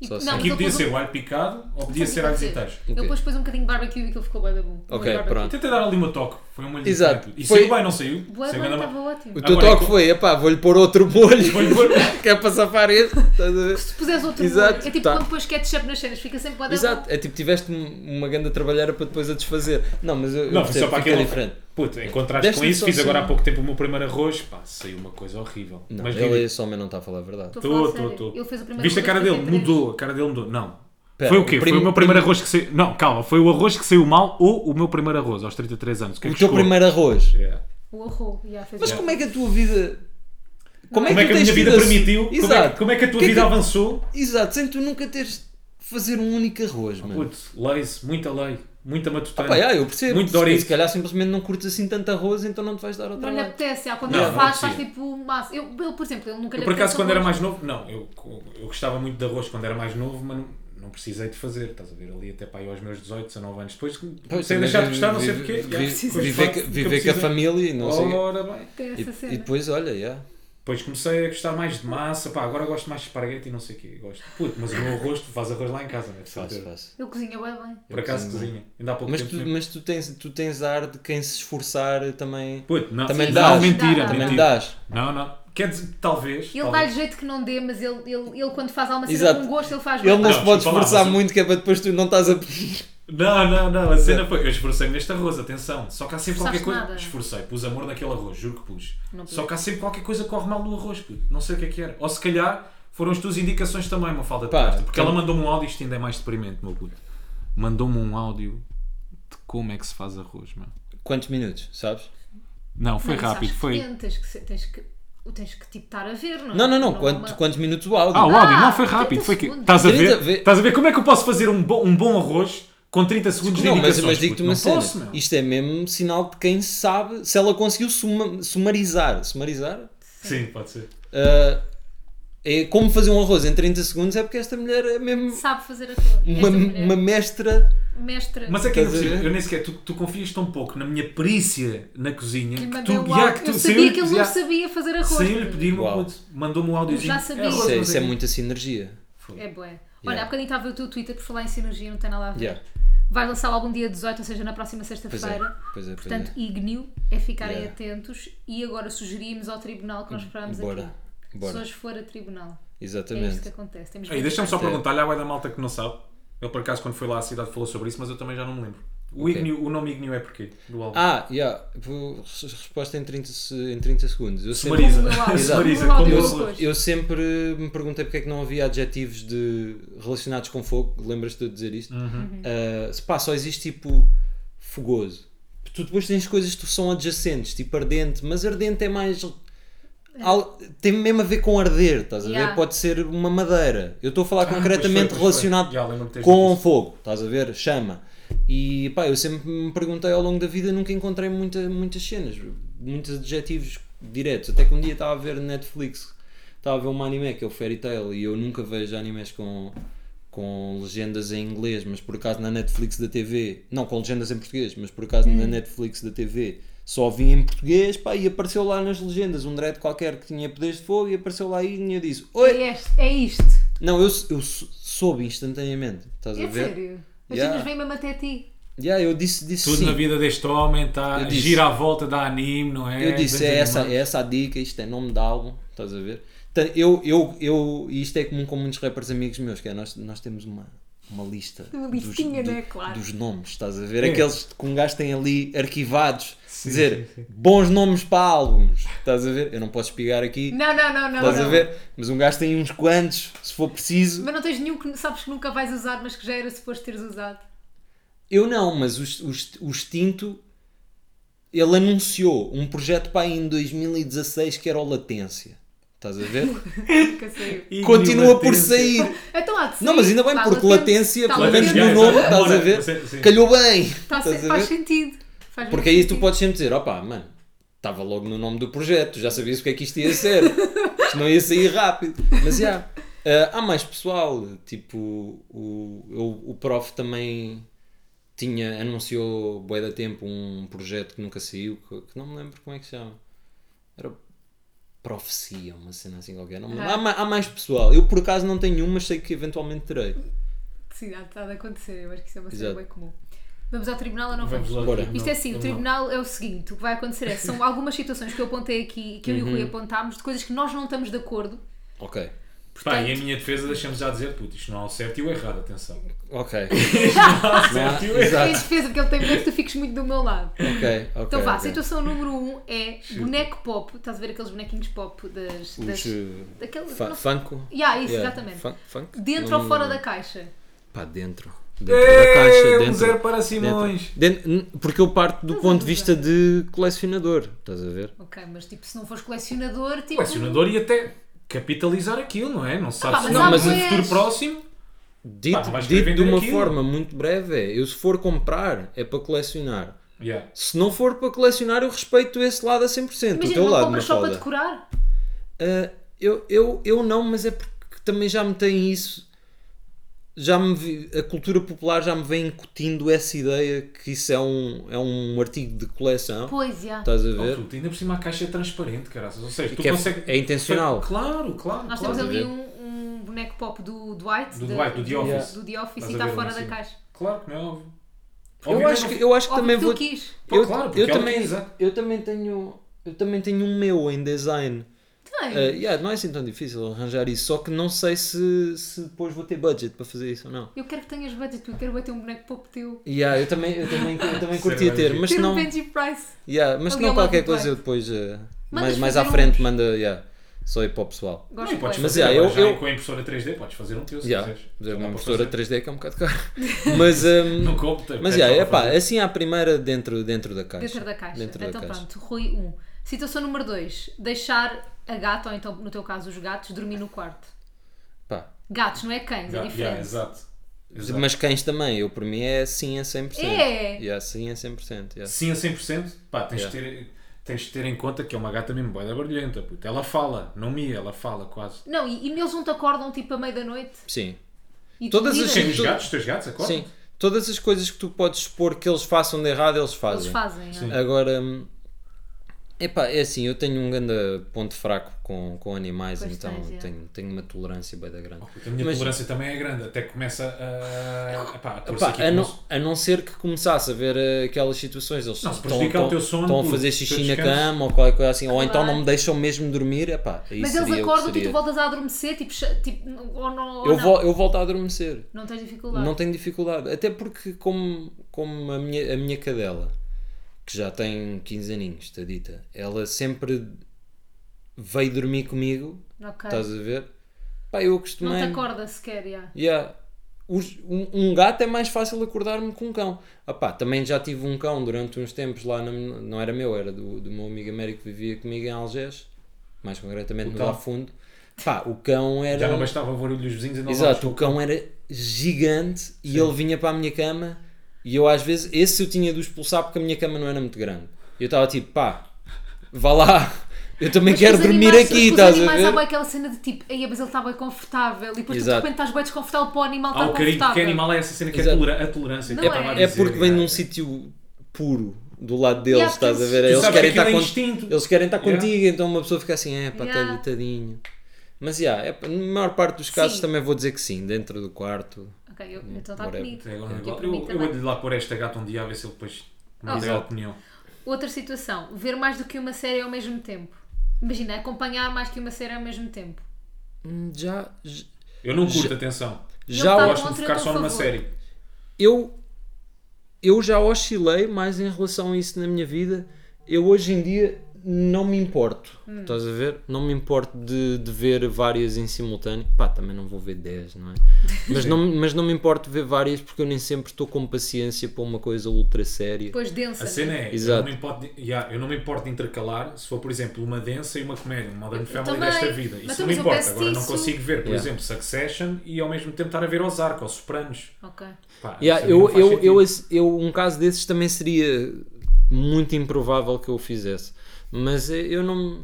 Speaker 1: E-
Speaker 4: Só
Speaker 1: não,
Speaker 4: assim.
Speaker 1: mas
Speaker 2: Aqui
Speaker 1: eu
Speaker 2: podia
Speaker 1: pus um-
Speaker 2: ser o alho picado ou podia
Speaker 1: Sabe o que
Speaker 2: ser
Speaker 1: é
Speaker 2: alhos
Speaker 1: que
Speaker 2: inteiros.
Speaker 1: Eu
Speaker 4: Ok.
Speaker 1: depois pus um bocadinho de barbecue e aquilo ficou bem da bom. Um
Speaker 4: Ok,
Speaker 1: barbecue.
Speaker 4: pronto.
Speaker 2: Tentei dar ali uma toque, foi um molho
Speaker 4: Exato.
Speaker 2: diferente. E
Speaker 4: Foi-
Speaker 2: saiu bem, não saiu?
Speaker 1: Bué
Speaker 2: Saiu
Speaker 1: bem,
Speaker 2: bem,
Speaker 1: estava ótimo.
Speaker 4: O teu
Speaker 2: Agora,
Speaker 4: toque
Speaker 2: co-
Speaker 4: foi, epá, vou-lhe pôr outro molho,
Speaker 2: Vou-lhe pôr-
Speaker 4: que é para safar esse. Estás a ver?
Speaker 1: Se puseres outro
Speaker 4: Exato,
Speaker 1: molho, é tipo
Speaker 4: tá.
Speaker 1: quando pões ketchup nas cenas, fica sempre bué da bom.
Speaker 4: Exato, é tipo, tiveste um- uma grande trabalheira para depois a desfazer. Não, mas eu, eu
Speaker 2: Não, foi
Speaker 4: percebo,
Speaker 2: só para
Speaker 4: fica
Speaker 2: aquele.
Speaker 4: diferente.
Speaker 2: Puta, em contraste com
Speaker 4: Deste-me
Speaker 2: isso,
Speaker 4: só
Speaker 2: fiz
Speaker 4: assim.
Speaker 2: agora há pouco tempo o meu primeiro arroz, pá, saiu uma coisa horrível.
Speaker 4: Não,
Speaker 2: mas
Speaker 4: ele é
Speaker 2: diga-
Speaker 4: só mas não está a falar a verdade.
Speaker 1: Estou a falar
Speaker 2: Tô,
Speaker 1: sério.
Speaker 2: tô, tô.
Speaker 1: Ele fez o primeiro
Speaker 2: Viste a
Speaker 1: arroz
Speaker 2: cara
Speaker 1: que eu
Speaker 2: dele?
Speaker 1: fiz em três.
Speaker 2: Mudou, a cara dele mudou. Não.
Speaker 4: Pera,
Speaker 2: foi o quê?
Speaker 4: o prim-
Speaker 2: Foi o meu primeiro arroz que saiu. Não, calma, foi o arroz que saiu mal ou o meu primeiro arroz aos 33 anos. que é
Speaker 4: O
Speaker 2: que
Speaker 4: teu
Speaker 2: chegou?
Speaker 4: primeiro arroz.
Speaker 2: É.
Speaker 1: O arroz, yeah, fez
Speaker 4: Mas
Speaker 1: bem.
Speaker 4: como é que a tua vida. Como
Speaker 2: Como é
Speaker 4: tu
Speaker 2: que a
Speaker 4: tens
Speaker 2: minha vida
Speaker 4: a-
Speaker 2: permitiu? Como é,
Speaker 4: Exato.
Speaker 2: que- como é que a tua
Speaker 4: Que é
Speaker 2: vida
Speaker 4: que-
Speaker 2: avançou?
Speaker 4: Exato, sem tu nunca teres de fazer um único arroz, mano.
Speaker 2: Putz, leis, muita lei, muita matutana.
Speaker 4: Hum. Ah, Pá, já, eu percebo.
Speaker 2: Muito
Speaker 4: Se-
Speaker 2: Doritos.
Speaker 4: Se calhar simplesmente não curtes assim tanto arroz, então não te vais dar ao
Speaker 1: Não lhe
Speaker 4: trabalho.
Speaker 1: apetece, ah, quando
Speaker 2: Não,
Speaker 1: ele
Speaker 2: não
Speaker 1: faz, faz
Speaker 2: consigo.
Speaker 1: tipo um massa. Eu, eu, por exemplo, ele nunca lhe
Speaker 2: Eu, por acaso,
Speaker 1: apetece
Speaker 2: quando era
Speaker 1: arroz.
Speaker 2: mais novo, não, eu, eu gostava muito de arroz quando era mais novo, mas não, não precisei de fazer, estás a ver? Ali até para aí aos meus 18, 19 anos. Depois
Speaker 4: Pois,
Speaker 2: comecei a
Speaker 4: também
Speaker 2: deixar de gostar, não sei
Speaker 4: vive-
Speaker 2: porquê.
Speaker 4: vive-
Speaker 1: Precisas.
Speaker 4: Viver, com- viver com a família e não sei. o quê.
Speaker 2: Ora bem.
Speaker 1: Tem essa cena.
Speaker 4: E, e depois, olha, yeah.
Speaker 2: Depois comecei a gostar mais de massa, pá, agora gosto mais de esparguete e não sei o quê. Gosto. Puto, mas o meu arroz, tu fazes arroz lá em casa, não é?
Speaker 4: faço, faço.
Speaker 1: Eu cozinho bem bem.
Speaker 2: Por acaso cozinha. Ainda há pouco
Speaker 4: é? Mas,
Speaker 2: tempo.
Speaker 4: tu,
Speaker 2: mesmo.
Speaker 4: mas tu, tens, tu tens ar de quem se esforçar também.
Speaker 2: Puto, não.
Speaker 4: Também
Speaker 2: não,
Speaker 4: dás.
Speaker 2: mentira,
Speaker 1: Dá, dá.
Speaker 4: Também
Speaker 2: mentira.
Speaker 4: dás.
Speaker 2: Não, não. Quer dizer, talvez.
Speaker 1: Ele dá-lhe
Speaker 2: talvez.
Speaker 1: jeito que não dê, mas ele, ele, ele quando faz alguma cena
Speaker 4: Exato.
Speaker 1: com gosto, ele faz bem.
Speaker 4: Ele não se
Speaker 2: Não,
Speaker 4: pode
Speaker 2: desculpa lá,
Speaker 4: esforçar
Speaker 2: mas-
Speaker 4: muito, que é para depois tu não estás a pedir.
Speaker 2: Não, não, não. A cena foi. Eu esforcei neste arroz, atenção. Só que há sempre qualquer
Speaker 1: Esforçaste
Speaker 2: coisa.
Speaker 1: é- nada.
Speaker 2: Esforcei, pus amor naquele arroz, juro que pus.
Speaker 1: Não pus.
Speaker 2: Só que há sempre qualquer coisa que corre mal no arroz, puto. Não sei o que é que era. Ou se calhar foram as tuas indicações também, uma falta de
Speaker 4: Pá,
Speaker 2: pasta. Porque
Speaker 4: tem-
Speaker 2: ela mandou-me um áudio, isto ainda é mais deprimente, meu puto. Mandou-me um áudio de como é que se faz arroz, mano.
Speaker 4: Quantos minutos, sabes?
Speaker 2: Não, foi
Speaker 1: Não, mas
Speaker 2: rápido,
Speaker 1: sabes
Speaker 2: foi.
Speaker 1: que Tens que, ser- tens que, tens que tipo, estar a ver, não é?
Speaker 4: Não, não, não.
Speaker 1: há
Speaker 4: Quantos,
Speaker 1: uma-
Speaker 4: quantos minutos o áudio?
Speaker 2: Ah, o áudio,
Speaker 1: Ah,
Speaker 2: não, foi
Speaker 1: 30
Speaker 2: rápido. Foi que...
Speaker 1: segundos.
Speaker 2: Estás a
Speaker 4: 30
Speaker 2: ver?
Speaker 4: ve-
Speaker 2: Estás a ver como é que eu posso fazer um bom, um bom arroz com 30 segundos
Speaker 4: Não,
Speaker 2: de
Speaker 4: mas,
Speaker 2: indicações?
Speaker 4: mas
Speaker 2: puto?
Speaker 4: digo-te uma
Speaker 2: não
Speaker 4: cena.
Speaker 2: posso, meu.
Speaker 4: isto é mesmo sinal de quem sabe. Se ela conseguiu suma- sumarizar. Sumarizar?
Speaker 2: Sim, pode ser.
Speaker 4: Ah, é como fazer um arroz em 30 segundos é porque esta mulher é mesmo
Speaker 1: Sabe fazer a coisa.
Speaker 4: uma,
Speaker 1: Uma,
Speaker 4: uma mestra.
Speaker 1: mestra.
Speaker 2: Mas é que ainda
Speaker 4: Estás a
Speaker 2: possível,
Speaker 4: ver?
Speaker 2: eu nem sequer, tu, tu confias tão pouco na minha perícia na cozinha
Speaker 1: que
Speaker 2: que,
Speaker 1: lhe
Speaker 2: tu,
Speaker 1: mandei um
Speaker 2: já
Speaker 1: áudio.
Speaker 2: que tu
Speaker 1: eu
Speaker 2: sem
Speaker 1: sabia
Speaker 2: lhe
Speaker 1: que ele não
Speaker 2: pedir-
Speaker 1: sabia fazer arroz. é?
Speaker 2: Sem lhe pedir
Speaker 4: Uau.
Speaker 2: uma mandou-me um áudiozinho.
Speaker 1: Eu já sabia.
Speaker 2: É,
Speaker 1: Isso
Speaker 4: Isso é,
Speaker 2: arroz,
Speaker 4: isso é
Speaker 2: mas
Speaker 4: muita sinergia.
Speaker 1: É bué. Olha,
Speaker 4: Yeah.
Speaker 1: há bocadinho estava o teu Twitter por falar em sinergia, não tem nada a ver.
Speaker 4: Yeah.
Speaker 1: Vai lançar algum dia 18, ou seja, na próxima
Speaker 4: Pois é,
Speaker 1: sexta-feira.
Speaker 4: pois é, pois
Speaker 1: Portanto,
Speaker 4: é.
Speaker 1: IGNIU é ficarem
Speaker 4: Yeah.
Speaker 1: atentos e agora sugerimos ao tribunal que nós esperamos
Speaker 4: Bora,
Speaker 1: aqui.
Speaker 4: bora.
Speaker 1: Se hoje for a tribunal. É isto que
Speaker 4: Exatamente.
Speaker 1: acontece. Temos
Speaker 2: Ei, deixa-me só
Speaker 4: Até.
Speaker 2: perguntar-lhe à bué da malta que não sabe. Ele por acaso quando foi lá à cidade falou sobre isso, mas eu também já não me lembro. O,
Speaker 4: Ok.
Speaker 2: Igneo- o nome Ignio é porquê? Do álbum.
Speaker 4: Ah, yeah. vou- res- Resposta em 30, se- em 30 segundos. Eu sempre,
Speaker 2: Sumariza.
Speaker 1: Como o áudio.
Speaker 2: Sumariza,
Speaker 1: Como o
Speaker 2: como
Speaker 1: áudio
Speaker 2: o
Speaker 1: depois.
Speaker 2: arroz.
Speaker 4: eu sempre me perguntei porque é que não havia adjetivos de, relacionados com fogo. Lembras-te de eu dizer isto?
Speaker 2: Uhum.
Speaker 4: Ah, se pá, só existe tipo fogoso. Tu depois tens coisas que são adjacentes, tipo ardente, mas ardente é mais. al- tem mesmo a ver com arder, estás a
Speaker 1: Yeah.
Speaker 4: ver? Pode ser uma madeira. Eu estou a falar concretamente
Speaker 2: Ah, pois foi.
Speaker 4: relacionado
Speaker 2: Já, lembro-me de teres dito
Speaker 4: com
Speaker 2: isso.
Speaker 4: fogo, estás a ver? Chama. E pá, eu sempre me perguntei ao longo da vida, nunca encontrei muita, muitas cenas, muitos adjetivos diretos. Até que um dia estava a ver Netflix, estava a ver um anime que é o Fairy Tail, e eu nunca vejo animes com, com legendas em inglês, mas por acaso na Netflix da TV, não com legendas em português, mas por acaso
Speaker 1: Hum.
Speaker 4: na Netflix da TV só vi em português, pá, e apareceu lá nas legendas um dread qualquer que tinha poderes de fogo e apareceu lá e eu disse: Oi!
Speaker 1: É, este, é isto.
Speaker 4: Não, eu, eu sou- soube instantaneamente, estás
Speaker 1: É
Speaker 4: a ver?
Speaker 1: sério. As
Speaker 4: Yeah.
Speaker 1: cenas vêm mesmo até ti.
Speaker 4: Yeah, eu disse, disse
Speaker 2: Tudo
Speaker 4: sim.
Speaker 2: na vida deste homem tá,
Speaker 4: Eu disse-
Speaker 2: gira à volta da anime, não é?
Speaker 4: Eu disse,
Speaker 2: Dos
Speaker 4: é essa,
Speaker 2: animais.
Speaker 4: é essa a dica, isto é nome de álbum, estás a ver? Então, eu, eu, eu, e isto é comum com muitos rappers amigos meus, que é nós, nós temos uma, uma lista
Speaker 1: Uma listinha, né?
Speaker 4: do-
Speaker 1: Claro.
Speaker 4: dos nomes, estás a ver? Aqueles que um gajo tem ali arquivados, dizer
Speaker 2: É. sim, sim.
Speaker 4: bons nomes para álbuns, estás a ver? Eu não posso espigar aqui,
Speaker 1: Não, não, não, não.
Speaker 4: estás
Speaker 1: não.
Speaker 4: a ver? Mas um gajo tem uns quantos, se for preciso.
Speaker 1: Mas não tens nenhum que sabes que nunca vais usar, mas que já era suposto teres usado.
Speaker 4: Eu não, mas o, o, o Extinto ele anunciou um projeto para aí em 2016 que era o Latência. Estás a ver?
Speaker 1: Nunca saiu.
Speaker 2: Ignio
Speaker 4: Continua por
Speaker 2: latência.
Speaker 4: sair.
Speaker 1: Então há de sair.
Speaker 4: Não, mas ainda bem,
Speaker 1: Tá
Speaker 4: porque
Speaker 1: latente,
Speaker 4: latência,
Speaker 1: tá
Speaker 4: pelo
Speaker 1: latente.
Speaker 4: menos no
Speaker 2: Latência,
Speaker 4: nome,
Speaker 2: é,
Speaker 4: estás a
Speaker 2: demora,
Speaker 4: ver?
Speaker 2: sim, sim.
Speaker 4: Calhou bem.
Speaker 1: Tá a ser-
Speaker 4: Estás a
Speaker 1: faz
Speaker 4: ver?
Speaker 1: sentido. Faz
Speaker 4: Porque
Speaker 1: mesmo
Speaker 4: aí tu
Speaker 1: sentido.
Speaker 4: podes sempre dizer: opá, mano, estava logo no nome do projeto, já sabias o que é que isto ia ser. Isto não ia sair rápido. Mas já. Ah, há mais pessoal, tipo, o, o, o prof também tinha, anunciou bué da tempo um projeto que nunca saiu, que, que não me lembro como é que se chama. Era Profecia, uma cena assim qualquer. Não me lembro.
Speaker 1: Ah.
Speaker 4: há, ma- há mais pessoal. Eu por acaso não tenho um, mas sei que eventualmente terei.
Speaker 1: Sim, há está de tá acontecer. Eu acho que isso é uma cena
Speaker 4: Exato.
Speaker 1: bem comum. Vamos ao tribunal ou não vamos?
Speaker 2: Vamos lá.
Speaker 4: Bora.
Speaker 2: tribunal.
Speaker 1: Isto é assim, o
Speaker 2: Vamos lá.
Speaker 1: tribunal é o seguinte, o que vai acontecer é, são algumas situações que eu apontei aqui, que eu e o Rui
Speaker 4: Uhum.
Speaker 1: apontámos, de coisas que nós não estamos de acordo,
Speaker 4: Ok.
Speaker 2: Pá, e
Speaker 1: Portanto-
Speaker 2: a minha defesa deixamos já dizer, puto, isto não há o certo e o errado, atenção.
Speaker 4: Ok. é?
Speaker 2: certo e o
Speaker 1: em
Speaker 2: errado.
Speaker 4: Exato.
Speaker 1: defesa, porque ele tem medo que tu fiques muito do meu lado.
Speaker 4: Ok, ok.
Speaker 1: Então vá,
Speaker 4: ok.
Speaker 1: situação número 1 um é boneco pop, estás a ver aqueles bonequinhos pop das... das
Speaker 4: Os, eh,
Speaker 1: daquele,
Speaker 4: Fa-
Speaker 1: não-
Speaker 4: Funko?
Speaker 1: Yeah, isso,
Speaker 4: Yeah, Hum.
Speaker 1: exatamente.
Speaker 4: fun- funk?
Speaker 1: Dentro
Speaker 4: Não-
Speaker 1: ou fora da caixa?
Speaker 4: Pá, dentro. Dentro da caixa,
Speaker 2: Ei, um
Speaker 4: dentro.
Speaker 2: zero para
Speaker 4: dentro.
Speaker 2: Simões.
Speaker 4: Dentro- n- Porque eu parto do
Speaker 1: Mas
Speaker 4: ponto de
Speaker 1: é
Speaker 4: vista de colecionador, estás a ver?
Speaker 1: Ok, mas tipo, se não fores colecionador, tipo...
Speaker 2: Colecionador e até capitalizar aquilo, não é? Não se sabe
Speaker 1: Ah, pá,
Speaker 2: se
Speaker 1: mas
Speaker 2: não,
Speaker 4: há
Speaker 2: mas no
Speaker 1: boés.
Speaker 2: futuro próximo.
Speaker 4: Dito,
Speaker 2: Pá, não vais querer
Speaker 4: dito de
Speaker 2: vender
Speaker 4: uma
Speaker 2: aquilo.
Speaker 4: forma muito breve é, eu se for comprar é para colecionar.
Speaker 2: Yeah.
Speaker 4: Se não for para colecionar, eu respeito esse lado a 100%, o
Speaker 1: Imagina,
Speaker 4: teu
Speaker 1: não
Speaker 4: lado,
Speaker 1: compras só para
Speaker 4: Mafalda.
Speaker 1: decorar?
Speaker 4: Ah, eu, eu, eu não, mas é porque também já me tem isso já me vi- a cultura popular já me vem incutindo essa ideia que isso é um, é um artigo de coleção.
Speaker 1: Pois, já.
Speaker 4: Estás a
Speaker 2: Oh,
Speaker 4: ver?
Speaker 2: puto, ainda por cima a caixa é transparente, caraças. Ou seja, tu
Speaker 4: Que é-
Speaker 2: consegue-
Speaker 4: é intencional.
Speaker 2: Claro, claro.
Speaker 1: Nós
Speaker 2: claro.
Speaker 1: temos
Speaker 4: tá ver.
Speaker 1: ali um, um boneco pop do Dwight.
Speaker 2: Do
Speaker 1: da-
Speaker 2: Dwight, do The Office.
Speaker 1: do The Office e
Speaker 2: Estás a
Speaker 1: está
Speaker 2: ver,
Speaker 1: fora
Speaker 2: assim.
Speaker 1: da caixa.
Speaker 2: Claro, como é óbvio.
Speaker 4: Eu acho que, eu acho que
Speaker 1: Óbvio
Speaker 4: também
Speaker 1: que
Speaker 4: vou.
Speaker 1: tu quis.
Speaker 2: Pô,
Speaker 4: eu,
Speaker 2: claro, porque
Speaker 4: eu
Speaker 2: ela
Speaker 4: também,
Speaker 2: quis, é.
Speaker 4: eu também tenho. Eu também tenho um meu em design.
Speaker 1: Tem.
Speaker 4: Uh, yeah, não é assim tão difícil arranjar isso, só que não sei se, se depois vou ter budget para fazer isso ou não.
Speaker 1: Eu quero que tenhas budget, tu eu quero bater um boneco pop teu.
Speaker 4: Yeah, eu também, eu também, eu também
Speaker 2: Será
Speaker 4: curtia ter,
Speaker 2: que-
Speaker 4: mas se
Speaker 1: Ter um
Speaker 4: não,
Speaker 1: Benji Price.
Speaker 4: yeah, mas se
Speaker 1: Alguém
Speaker 4: não qualquer
Speaker 1: manda um
Speaker 4: coisa eu depois uh, mais,
Speaker 1: Mandas
Speaker 4: mais à
Speaker 1: fazer
Speaker 4: frente manda yeah, só aí para o pessoal.
Speaker 1: Gosto
Speaker 2: Não, e
Speaker 1: de
Speaker 2: podes
Speaker 1: Dwight.
Speaker 4: Mas,
Speaker 2: fazer,
Speaker 4: yeah,
Speaker 2: agora
Speaker 4: eu-
Speaker 2: já é
Speaker 4: eu-
Speaker 2: com a impressora 3D, podes fazer um teu se
Speaker 4: Yeah,
Speaker 2: quiseres.
Speaker 4: fazer
Speaker 2: Já dá
Speaker 4: uma
Speaker 2: para
Speaker 4: impressora
Speaker 2: fazer.
Speaker 4: 3D que é um bocado caro. mas um,
Speaker 2: Não compra.
Speaker 4: mas yeah, é pá, assim à primeira dentro, dentro da caixa.
Speaker 1: Dentro da caixa.
Speaker 4: Dentro da
Speaker 1: então
Speaker 4: caixa.
Speaker 1: pronto, Rui 1. Um. Situação número 2. Deixar a gata, ou então no teu caso os gatos, dormir no quarto.
Speaker 4: Pá,
Speaker 1: Gatos, não é cães, é
Speaker 2: Yeah,
Speaker 1: diferente.
Speaker 2: exato. Exato.
Speaker 4: Mas cães também, eu por mim é sim a 100%.
Speaker 1: É?
Speaker 4: Yeah, sim a 100%. Yeah.
Speaker 2: Sim a 100%, pá, tens, de ter, tens de ter em conta que é uma gata mesmo boeda barulhenta, puto. Ela fala, não mia, ela fala quase.
Speaker 1: não, e, e eles não te acordam tipo à meia da noite?
Speaker 4: Sim.
Speaker 1: E tu
Speaker 4: Todas
Speaker 1: lidas?
Speaker 4: as-
Speaker 2: Sim, os
Speaker 4: tu-
Speaker 2: gatos, os teus gatos, acordam?
Speaker 4: Sim, todas as coisas que tu podes expor que eles façam de errado, eles
Speaker 1: Eles
Speaker 4: fazem.
Speaker 1: fazem, não é?
Speaker 4: Agora, hum, epá, é assim, eu tenho um grande ponto fraco com, com animais,
Speaker 1: Pois
Speaker 4: então
Speaker 1: tens, é.
Speaker 4: tenho, tenho uma tolerância bem da grande.
Speaker 2: Puto, A minha
Speaker 4: Mas-
Speaker 2: tolerância também é grande, até que começa a. Epá, a pôr-se
Speaker 4: Pá,
Speaker 2: aqui
Speaker 4: a,
Speaker 2: com
Speaker 4: não,
Speaker 2: isso.
Speaker 4: a não ser que começasse a ver eh, aquelas situações, eles
Speaker 2: Não, se
Speaker 4: estão,
Speaker 2: prejudicar o teu sono,
Speaker 4: estão a
Speaker 2: puto,
Speaker 4: fazer
Speaker 2: o teu
Speaker 4: xixi na
Speaker 2: descanso.
Speaker 4: cama ou qualquer coisa assim, ou então
Speaker 1: Claro.
Speaker 4: não me deixam mesmo dormir, epá, aí
Speaker 1: Mas
Speaker 4: seria o
Speaker 1: eles
Speaker 4: que
Speaker 1: acordam e
Speaker 4: seria.
Speaker 1: tu voltas a adormecer, tipo, cha- tipo n- ou não. ou
Speaker 4: eu,
Speaker 1: não.
Speaker 4: vol- eu volto a adormecer.
Speaker 1: Não tens dificuldade.
Speaker 4: Não tenho dificuldade. Até porque, como, como a, minha, a minha cadela, que já tem 15 aninhos, está dita, ela sempre veio dormir comigo,
Speaker 1: Ok.
Speaker 4: estás a ver? Pá, eu
Speaker 1: Não
Speaker 4: acostumei.
Speaker 1: te acorda sequer, já.
Speaker 4: Yeah. Os- um, um gato é mais fácil acordar-me que um cão. Ah pá, também já tive um cão durante uns tempos lá, na- não era meu, era do, do meu amigo Américo que vivia comigo em Algés, mais concretamente no
Speaker 2: tal.
Speaker 4: Lafundo. Pá, o cão era.
Speaker 2: Já não bastava o barulho dos vizinhos e não
Speaker 4: Exato, o cão era gigante e ele vinha para a minha cama e eu às vezes, esse eu tinha de o expulsar porque a minha cama não era muito grande. Eu estava tipo, pá, vá lá, eu também
Speaker 1: Mas
Speaker 4: quero
Speaker 1: os
Speaker 4: dormir
Speaker 1: animais-
Speaker 4: aqui,
Speaker 1: os
Speaker 4: estás a
Speaker 1: animais, Há
Speaker 4: ver?
Speaker 1: bem aquela cena de tipo, aí mas ele está bem confortável e depois tu, de
Speaker 4: Exato. um
Speaker 1: repente estás bem desconfortável para o animal
Speaker 2: Ah,
Speaker 1: estar
Speaker 2: o carinho
Speaker 1: Tá confortável.
Speaker 2: que animal é essa cena que é
Speaker 4: Exato.
Speaker 2: tolera- a tolerância. que
Speaker 1: Não
Speaker 2: eu estava a
Speaker 4: É
Speaker 2: dizer,
Speaker 4: porque vem de um
Speaker 2: yeah.
Speaker 4: sítio puro do lado deles,
Speaker 1: Yeah,
Speaker 4: estás a ver?
Speaker 1: tu
Speaker 4: Eles
Speaker 2: sabes
Speaker 4: querem,
Speaker 2: que
Speaker 4: estar
Speaker 2: aquilo é
Speaker 4: con-
Speaker 2: instinto.
Speaker 4: eles querem estar
Speaker 2: Yeah.
Speaker 4: contigo, então uma pessoa fica assim, é pá,
Speaker 1: Yeah.
Speaker 4: tadinho. Mas yeah, é, pá, na maior parte dos casos
Speaker 1: Sim.
Speaker 4: também vou dizer que sim, dentro do quarto.
Speaker 1: Ok, eu, então está
Speaker 4: whatever.
Speaker 1: bonito.
Speaker 2: É,
Speaker 1: Aqui
Speaker 2: agora-
Speaker 1: para mim
Speaker 2: Eu eu
Speaker 1: também.
Speaker 2: vou-lhe lá pôr esta gata um dia a ver se ele depois
Speaker 1: Ah,
Speaker 2: me dá a
Speaker 4: exato.
Speaker 2: opinião.
Speaker 1: Outra situação, ver mais do que uma série ao mesmo tempo. Imagina, acompanhar mais que uma série ao mesmo tempo.
Speaker 4: Hum, Já, j-
Speaker 2: Eu não curto, atenção.
Speaker 4: já
Speaker 2: Eu
Speaker 1: tá
Speaker 4: o-
Speaker 2: gosto de
Speaker 1: contra,
Speaker 2: focar
Speaker 1: eu tô
Speaker 2: só
Speaker 1: a
Speaker 2: numa
Speaker 1: favor.
Speaker 2: série.
Speaker 4: eu eu já oscilei mais em relação a isso na minha vida. Eu hoje em dia não me importo, estás a ver? Não me importo de, de ver várias em simultâneo. Pá, também não vou ver 10, não é? Mas não, mas não me importo de ver várias porque eu nem sempre estou com paciência para uma coisa ultra séria.
Speaker 1: Depois densa. né?
Speaker 2: A cena é, eu
Speaker 4: Exato.
Speaker 2: não, me importo de, yeah, eu não me importo de intercalar se for, por exemplo, uma dança e uma comédia, uma Modern Family
Speaker 1: também.
Speaker 2: desta vida.
Speaker 1: Mas
Speaker 2: Isso
Speaker 1: então,
Speaker 2: não me
Speaker 1: mas eu
Speaker 2: importa.
Speaker 1: peço
Speaker 2: Agora não
Speaker 1: disso.
Speaker 2: consigo ver, por
Speaker 4: Yeah.
Speaker 2: exemplo, Succession e ao mesmo tempo estar a ver Ozark ou Sopranos.
Speaker 4: é
Speaker 1: Ok.
Speaker 2: Pá,
Speaker 4: Yeah,
Speaker 2: Ah, isso a mim
Speaker 4: eu,
Speaker 2: não faz
Speaker 4: eu,
Speaker 2: sentido.
Speaker 4: eu, esse- eu- um caso desses também seria muito improvável que eu o fizesse. Mas eh, eu não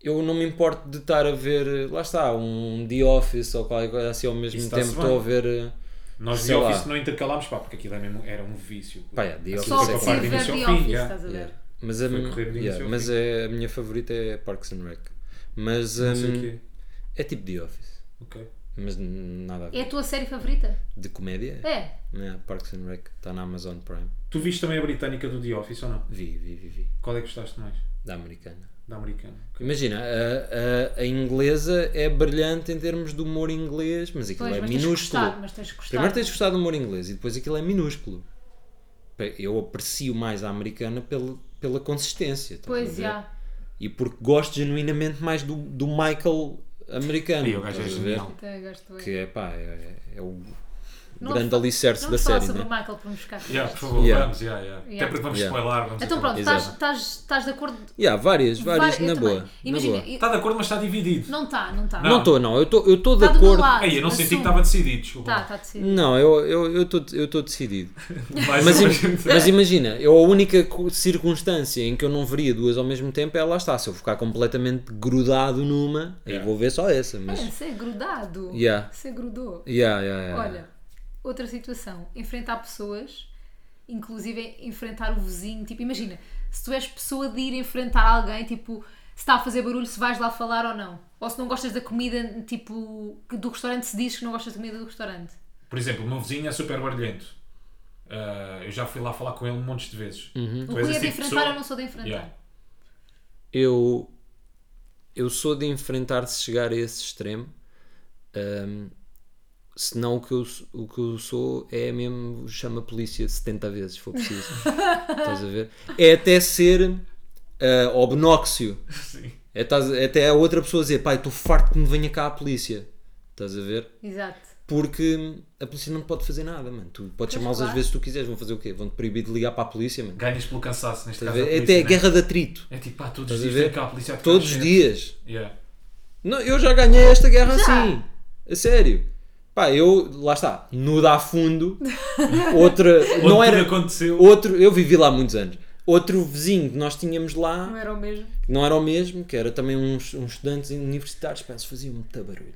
Speaker 4: eu não me importo de estar a ver, eh, lá está, um The Office ou qualquer coisa assim ao mesmo
Speaker 2: Isso está-se
Speaker 4: tempo estou
Speaker 2: bem.
Speaker 4: a ver. eh,
Speaker 2: Nós de
Speaker 4: sei lá.
Speaker 2: Office não intercalámos, pá, porque aquilo é mesmo- era um vício.
Speaker 4: Pá, yeah, The
Speaker 2: Aquilo
Speaker 1: Só
Speaker 4: Office
Speaker 2: foi
Speaker 4: é
Speaker 1: que se
Speaker 2: para parte
Speaker 4: claro.
Speaker 1: ver
Speaker 2: início
Speaker 1: The
Speaker 2: ao
Speaker 1: Office,
Speaker 2: fim, yeah.
Speaker 1: estás a ver?
Speaker 4: Yeah. Mas, a,
Speaker 2: Foi
Speaker 4: mi-
Speaker 2: correr de
Speaker 4: yeah,
Speaker 2: início ao
Speaker 4: mas é, a minha favorita é Parks and Rec. Mas
Speaker 2: Não sei
Speaker 4: hum,
Speaker 2: o quê.
Speaker 4: é tipo The Office.
Speaker 2: Ok.
Speaker 4: Mas n- nada a ver.
Speaker 1: É a tua série favorita?
Speaker 4: De comédia?
Speaker 1: É.
Speaker 4: Yeah, Parks and Rec. Está na Amazon Prime.
Speaker 2: Tu viste também a britânica do The Office ou não?
Speaker 4: Vi, vi, vi, vi.
Speaker 2: Qual é que gostaste mais?
Speaker 4: Da americana.
Speaker 2: Da americana.
Speaker 4: Imagina, a, a, a inglesa é brilhante em termos de humor inglês, mas aquilo
Speaker 1: Pois,
Speaker 4: é
Speaker 1: mas tens, que
Speaker 4: minúsculo.
Speaker 1: gostar, mas tens que gostar.
Speaker 4: Primeiro tens de gostar do humor inglês e depois aquilo é minúsculo. Pe- Eu aprecio mais a americana pela, pela consistência. estás a
Speaker 1: Pois,
Speaker 4: ver?
Speaker 1: já.
Speaker 4: E porque gosto genuinamente mais do, do Michael americano.
Speaker 2: E o gajo é
Speaker 4: estás a ver?
Speaker 2: genial.
Speaker 4: é
Speaker 1: Também gosto bem.
Speaker 4: Que é pá, é, é o,
Speaker 1: Não
Speaker 4: grande
Speaker 1: fa-
Speaker 4: alicerce
Speaker 1: Não
Speaker 4: da
Speaker 1: vamos falar
Speaker 4: série.
Speaker 1: sobre
Speaker 4: Né?
Speaker 1: o Michael para nos ficar.
Speaker 2: Yeah, por favor,
Speaker 4: Yeah.
Speaker 2: vamos, yeah, yeah.
Speaker 1: Yeah.
Speaker 2: Até porque vamos
Speaker 4: Yeah.
Speaker 2: spoiler. Vamos
Speaker 1: Então
Speaker 2: spoiler.
Speaker 1: pronto,
Speaker 4: Exato.
Speaker 1: estás- estás estás de acordo?
Speaker 4: Yeah, várias, várias,
Speaker 1: Vari- eu
Speaker 4: na
Speaker 1: também.
Speaker 4: boa.
Speaker 1: Imagina,
Speaker 4: na boa.
Speaker 1: eu-
Speaker 2: Está de acordo, mas está dividido.
Speaker 1: não está, não está.
Speaker 4: Não estou, não. Eu estou eu tô de
Speaker 1: Está Tá do meu
Speaker 4: acordo.
Speaker 1: lado. Tá,
Speaker 2: Ei, eu não
Speaker 4: é
Speaker 2: senti que
Speaker 1: assumo.
Speaker 2: estava decidido, desculpa.
Speaker 1: Está, está decidido.
Speaker 4: Não, eu estou eu, tô- eu tô decidido.
Speaker 2: Mais
Speaker 4: Mas,
Speaker 2: uma
Speaker 4: im-
Speaker 2: gente-
Speaker 4: mas imagina, eu a única co- circunstância em que eu não veria duas ao mesmo tempo é lá está. Se eu ficar completamente grudado numa, aí
Speaker 2: Yeah.
Speaker 4: vou ver só essa. Mas.
Speaker 1: É, ser grudado.
Speaker 4: Yeah.
Speaker 1: Ser grudou.
Speaker 4: Yeah, yeah,
Speaker 2: É.
Speaker 4: yeah.
Speaker 1: Olha, outra situação, enfrentar pessoas, inclusive enfrentar o vizinho, tipo, imagina, se tu és pessoa de ir enfrentar alguém, tipo, se está a fazer barulho, se vais lá falar ou não. Ou se não gostas da comida, tipo, que do restaurante, se diz que não gostas da comida do restaurante.
Speaker 2: Por exemplo, o meu vizinho é super barulhento. Ah, eu já fui lá falar com ele um monte de vezes.
Speaker 1: O
Speaker 4: Uhum.
Speaker 2: Tu
Speaker 1: que
Speaker 2: és
Speaker 1: é
Speaker 2: esse
Speaker 1: de
Speaker 2: tipo de
Speaker 1: enfrentar, eu
Speaker 2: pessoa?
Speaker 1: não sou de enfrentar.
Speaker 2: Yeah.
Speaker 4: eu eu sou de enfrentar se chegar a esse extremo hum, senão o que, eu, s- o que eu sou é mesmo chama a polícia 70 vezes se for preciso estás a ver é até ser ah, obnóxio
Speaker 2: Sim.
Speaker 4: é, estás- é até a outra pessoa dizer pai estou farto que me venha cá a polícia estás a ver
Speaker 1: Exato.
Speaker 4: porque a polícia não te pode fazer nada mano tu podes chamá-los às
Speaker 1: claro.
Speaker 4: vezes que tu quiseres vão fazer o quê? vão te proibir de ligar para a polícia mano
Speaker 2: Ganhas pelo cansaço, neste
Speaker 4: Estás
Speaker 2: caso.
Speaker 4: a ver?
Speaker 2: a
Speaker 4: é
Speaker 2: polícia,
Speaker 4: até
Speaker 2: né?
Speaker 4: guerra de atrito
Speaker 2: É tipo, pá, todos os
Speaker 4: Estás a
Speaker 2: dias
Speaker 4: ver?
Speaker 2: vem cá a polícia a tocar
Speaker 4: todos
Speaker 2: a
Speaker 4: os
Speaker 2: gente.
Speaker 4: dias
Speaker 2: Yeah.
Speaker 4: Não, eu já ganhei esta guerra
Speaker 1: Já?
Speaker 4: assim. A sério. Pá, eu, lá está, nudo a fundo. Outra.
Speaker 2: Onde tudo
Speaker 4: não era.
Speaker 2: aconteceu.
Speaker 4: Outro, eu vivi lá há muitos anos. Outro vizinho que nós tínhamos
Speaker 1: Não é
Speaker 4: lá,
Speaker 1: era o mesmo.
Speaker 4: que não era o mesmo, que era também uns, uns estudantes universitários, penso, faziam muito barulho.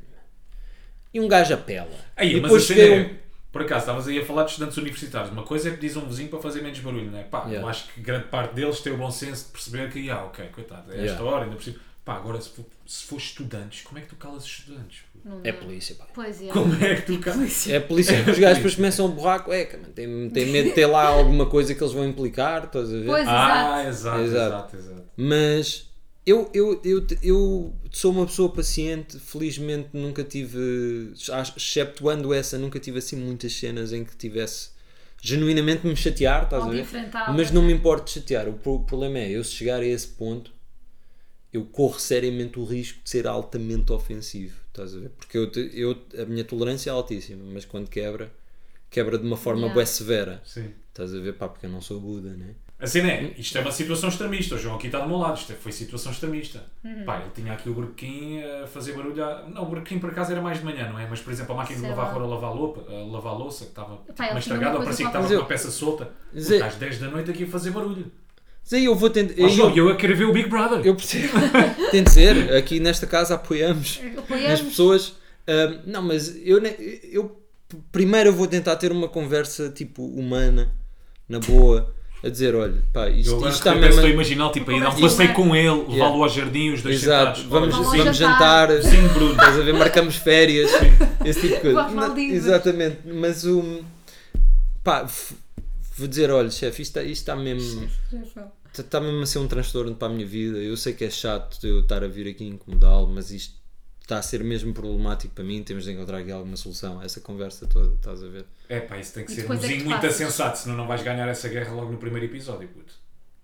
Speaker 4: E um gajo apela.
Speaker 2: Aí,
Speaker 4: e
Speaker 2: mas a
Speaker 4: depois
Speaker 2: cena
Speaker 4: cheguei.
Speaker 2: é, por acaso, estavas aí a falar de estudantes universitários. Uma coisa é que diz um vizinho para fazer menos barulho, não é? Pá, eu
Speaker 4: Yeah.
Speaker 2: acho que grande parte deles tem o bom senso de perceber que, ah, ok, coitado, é esta
Speaker 4: Yeah.
Speaker 2: hora, ainda preciso. Pá, agora se for, se for estudantes, como é que tu calas estudantes? pô?
Speaker 1: Não
Speaker 4: É
Speaker 1: dá.
Speaker 4: polícia, pá.
Speaker 1: Pois é.
Speaker 2: Como é que tu calas?
Speaker 4: É a polícia que os gajos depois começam a borrar a cueca, mano. Tem, tem medo de ter lá alguma coisa que eles vão implicar, estás a ver?
Speaker 1: Pois,
Speaker 2: Ah,
Speaker 1: exato.
Speaker 2: exato, exato,
Speaker 4: Exato.
Speaker 2: exato.
Speaker 4: Mas eu, eu, eu, eu sou uma pessoa paciente, felizmente nunca tive, acho- exceptuando essa, nunca tive assim muitas cenas em que tivesse genuinamente me chatear, estás
Speaker 1: Ou
Speaker 4: a
Speaker 1: de
Speaker 4: ver?
Speaker 1: enfrentar
Speaker 4: Mas não me importo de chatear. O pro- problema é eu se chegar a esse ponto, eu corro seriamente o risco de ser altamente ofensivo, estás a ver? Porque eu, te- eu, a minha tolerância é altíssima, mas quando quebra, quebra de uma forma
Speaker 1: Yeah.
Speaker 4: bué severa.
Speaker 2: Sim.
Speaker 4: Estás a ver? Pá, porque eu não sou Buda, né?
Speaker 2: Assim é, isto é uma situação extremista. O João aqui está do meu lado, isto é- foi situação extremista.
Speaker 1: Uhum.
Speaker 2: Pá, ele tinha aqui o burquim a fazer barulho. à- Não, o burquim por acaso era mais de manhã, não é? Mas por exemplo, a máquina de
Speaker 1: Sei
Speaker 2: lavar
Speaker 1: lá.
Speaker 2: roupa, lavar, loupa, a lavar louça, que estava tipo,
Speaker 1: ele
Speaker 2: meio
Speaker 1: tinha uma
Speaker 2: estragada,
Speaker 1: coisa
Speaker 2: parecia que
Speaker 1: para
Speaker 2: estava
Speaker 4: fazer.
Speaker 2: com uma peça solta.
Speaker 4: Mas
Speaker 2: Puta,
Speaker 4: é-
Speaker 2: Às 10 da noite aqui a fazer barulho.
Speaker 4: Mas aí eu vou tentar.
Speaker 2: Ó,
Speaker 4: eu-
Speaker 2: João, eu a querer ver o Big Brother.
Speaker 4: Eu percebo. Tem de ser. Aqui nesta casa apoiamos
Speaker 1: Apoiamos.
Speaker 4: as pessoas. Ahm, não, mas eu, ne- eu primeiro eu vou tentar ter uma conversa tipo humana, na boa, a dizer: olha, pá,
Speaker 2: Eu
Speaker 4: isto,
Speaker 2: agora
Speaker 4: isto
Speaker 2: de
Speaker 4: está
Speaker 2: repente estou a
Speaker 4: mesmo. a-
Speaker 2: imaginar, tipo, aí dar um
Speaker 1: Conversa
Speaker 2: passeio
Speaker 1: com
Speaker 2: com ele, levá-lo ao jardim, os dois
Speaker 4: Exato,
Speaker 2: sentados.
Speaker 4: vamos,
Speaker 1: é- Vamos
Speaker 2: Olha,
Speaker 1: ao
Speaker 4: vamos
Speaker 1: jantar.
Speaker 4: jantar,
Speaker 2: Sim, Bruno.
Speaker 4: estás a ver, marcamos férias, esse tipo de coisa.
Speaker 1: Vamos ao
Speaker 4: Não,
Speaker 1: Maldivas.
Speaker 4: exatamente, mas o. pá, f- vou dizer: olha, chefe, isto está isto está mesmo.
Speaker 1: Já foi.
Speaker 4: está mesmo a ser um transtorno para a minha vida. Eu sei que é chato eu estar a vir aqui incomodá-lo, mas isto está a ser mesmo problemático para mim. Temos de encontrar aqui alguma solução a essa conversa toda, estás a ver?
Speaker 2: É pá, isso tem que
Speaker 1: E
Speaker 2: ser um
Speaker 1: depois é que
Speaker 2: vizinho
Speaker 1: tu
Speaker 2: muito
Speaker 1: fazes.
Speaker 2: sensato, senão não vais ganhar essa guerra logo no primeiro episódio, puto.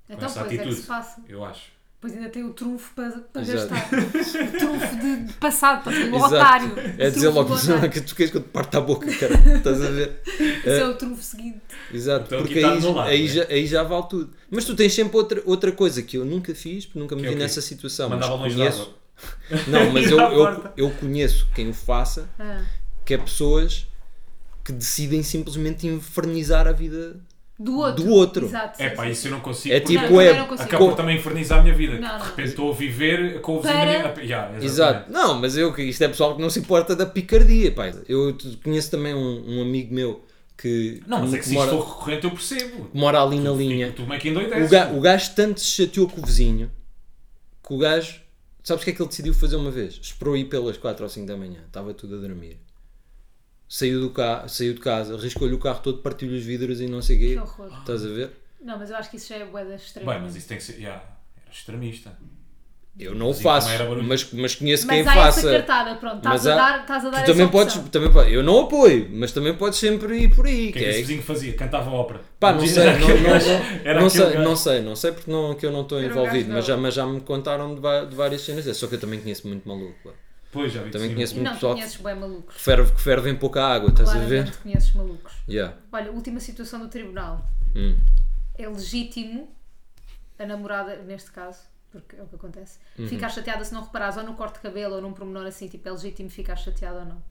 Speaker 2: Com
Speaker 1: Então,
Speaker 2: essa
Speaker 1: pois é que
Speaker 2: atitude.
Speaker 1: se passa.
Speaker 2: Eu acho.
Speaker 1: Pois ainda tem o trunfo para, para
Speaker 4: Exato.
Speaker 1: gastar. O trunfo de de passado, para ser o
Speaker 4: Exato.
Speaker 1: Um otário.
Speaker 4: É
Speaker 1: O
Speaker 4: dizer
Speaker 1: trunfo um
Speaker 4: logo
Speaker 1: do otário.
Speaker 4: que tu queres que eu te parta a boca, cara. Estás a ver? Eh,
Speaker 1: Esse é o trunfo seguinte.
Speaker 4: Exato,
Speaker 2: Então aqui
Speaker 4: porque
Speaker 2: está
Speaker 4: aí,
Speaker 2: do meu lado,
Speaker 4: aí,
Speaker 2: né?
Speaker 4: já, aí já vale tudo. Mas tu tens sempre outra, outra coisa que eu nunca fiz, porque nunca me
Speaker 2: Que é
Speaker 4: vi
Speaker 2: o quê?
Speaker 4: nessa situação.
Speaker 2: Mandava
Speaker 4: mas
Speaker 2: longe da
Speaker 4: conheço,
Speaker 2: água.
Speaker 4: Não, mas
Speaker 2: Ir
Speaker 4: eu,
Speaker 2: à
Speaker 4: eu,
Speaker 2: porta.
Speaker 4: eu conheço quem o faça,
Speaker 1: Ah,
Speaker 4: que é pessoas que decidem simplesmente infernizar a vida
Speaker 1: Do outro.
Speaker 4: Do outro.
Speaker 1: Exato.
Speaker 2: É
Speaker 1: sim,
Speaker 2: pá,
Speaker 1: sim.
Speaker 2: isso eu não consigo.
Speaker 4: É
Speaker 2: porque
Speaker 1: Não,
Speaker 4: tipo,
Speaker 1: também
Speaker 4: é.
Speaker 1: não consigo.
Speaker 2: Acaba
Speaker 4: acabou
Speaker 2: por também infernizar a minha vida.
Speaker 1: Não,
Speaker 2: de
Speaker 1: não.
Speaker 2: repente estou a viver com o vizinho
Speaker 1: Para-
Speaker 2: da minha- Yeah,
Speaker 4: Exato.
Speaker 2: exatamente.
Speaker 4: Não, mas eu, isto é pessoal que não se importa da picardia, pá. Eu t- conheço também um, um amigo meu que,
Speaker 2: Não, mas é que se isto
Speaker 4: mora,
Speaker 2: for recorrente eu percebo.
Speaker 4: que mora ali na linha.
Speaker 2: Fico- Tu meio que
Speaker 4: O,
Speaker 2: endoideces.
Speaker 4: ga, o gajo tanto se chateou com o vizinho que o gajo. Sabes o que é que ele decidiu fazer uma vez? Esperou ir pelas 4 ou 5 da manhã, estava tudo a dormir. Saiu, do ca, saiu de casa, riscou-lhe o carro todo, partiu-lhe os vidros e não sei o
Speaker 1: Que
Speaker 4: quê.
Speaker 1: horror.
Speaker 4: Estás a ver?
Speaker 1: Não, mas eu acho que isso já é boeda extrema.
Speaker 2: Bem, mas isso tem que ser. Yeah, era extremista.
Speaker 4: Eu não o
Speaker 2: Vizinho também
Speaker 4: faço,
Speaker 2: era barulho.
Speaker 4: mas, mas conheço
Speaker 1: Mas
Speaker 4: quem
Speaker 1: há
Speaker 4: faça.
Speaker 1: essa cartada, pronto. Estás
Speaker 4: Mas
Speaker 1: a
Speaker 4: há-
Speaker 1: dar, estás a dar
Speaker 4: tu
Speaker 1: essa
Speaker 4: também podes,
Speaker 1: opção.
Speaker 4: também podes- eu não apoio, mas também podes sempre ir por aí.
Speaker 2: O que
Speaker 4: que
Speaker 2: é que esse
Speaker 4: é,
Speaker 2: vizinho fazia? Cantava ópera.
Speaker 4: pá, não sei,
Speaker 2: Era
Speaker 4: não,
Speaker 2: aquele
Speaker 4: não-
Speaker 2: gajo-
Speaker 4: não-
Speaker 2: era
Speaker 4: não
Speaker 2: aquele
Speaker 4: sei,
Speaker 2: gajo.
Speaker 4: não sei, não sei porque não, que eu não estou
Speaker 1: Era um
Speaker 4: envolvido,
Speaker 1: gajo
Speaker 4: mas
Speaker 1: não.
Speaker 4: já, mas já me contaram de, va- de várias cenas, é só que eu também conheço muito maluco. pá.
Speaker 2: Pois, já vi que
Speaker 4: Também
Speaker 2: sim.
Speaker 4: conheço
Speaker 1: E
Speaker 4: muito
Speaker 1: não, tu
Speaker 4: pessoal
Speaker 1: conheces bem malucos.
Speaker 4: que ferve, que ferve em pouca água, estás a ver?
Speaker 1: Claramente conheces malucos.
Speaker 4: Yeah.
Speaker 1: Olha, última situação do tribunal.
Speaker 4: Hum.
Speaker 1: É legítimo a namorada, neste caso, porque é o que acontece,
Speaker 4: Uhum.
Speaker 1: ficar chateada se não reparares ou no corte de cabelo ou num pormenor assim, tipo, é legítimo ficar chateada ou não.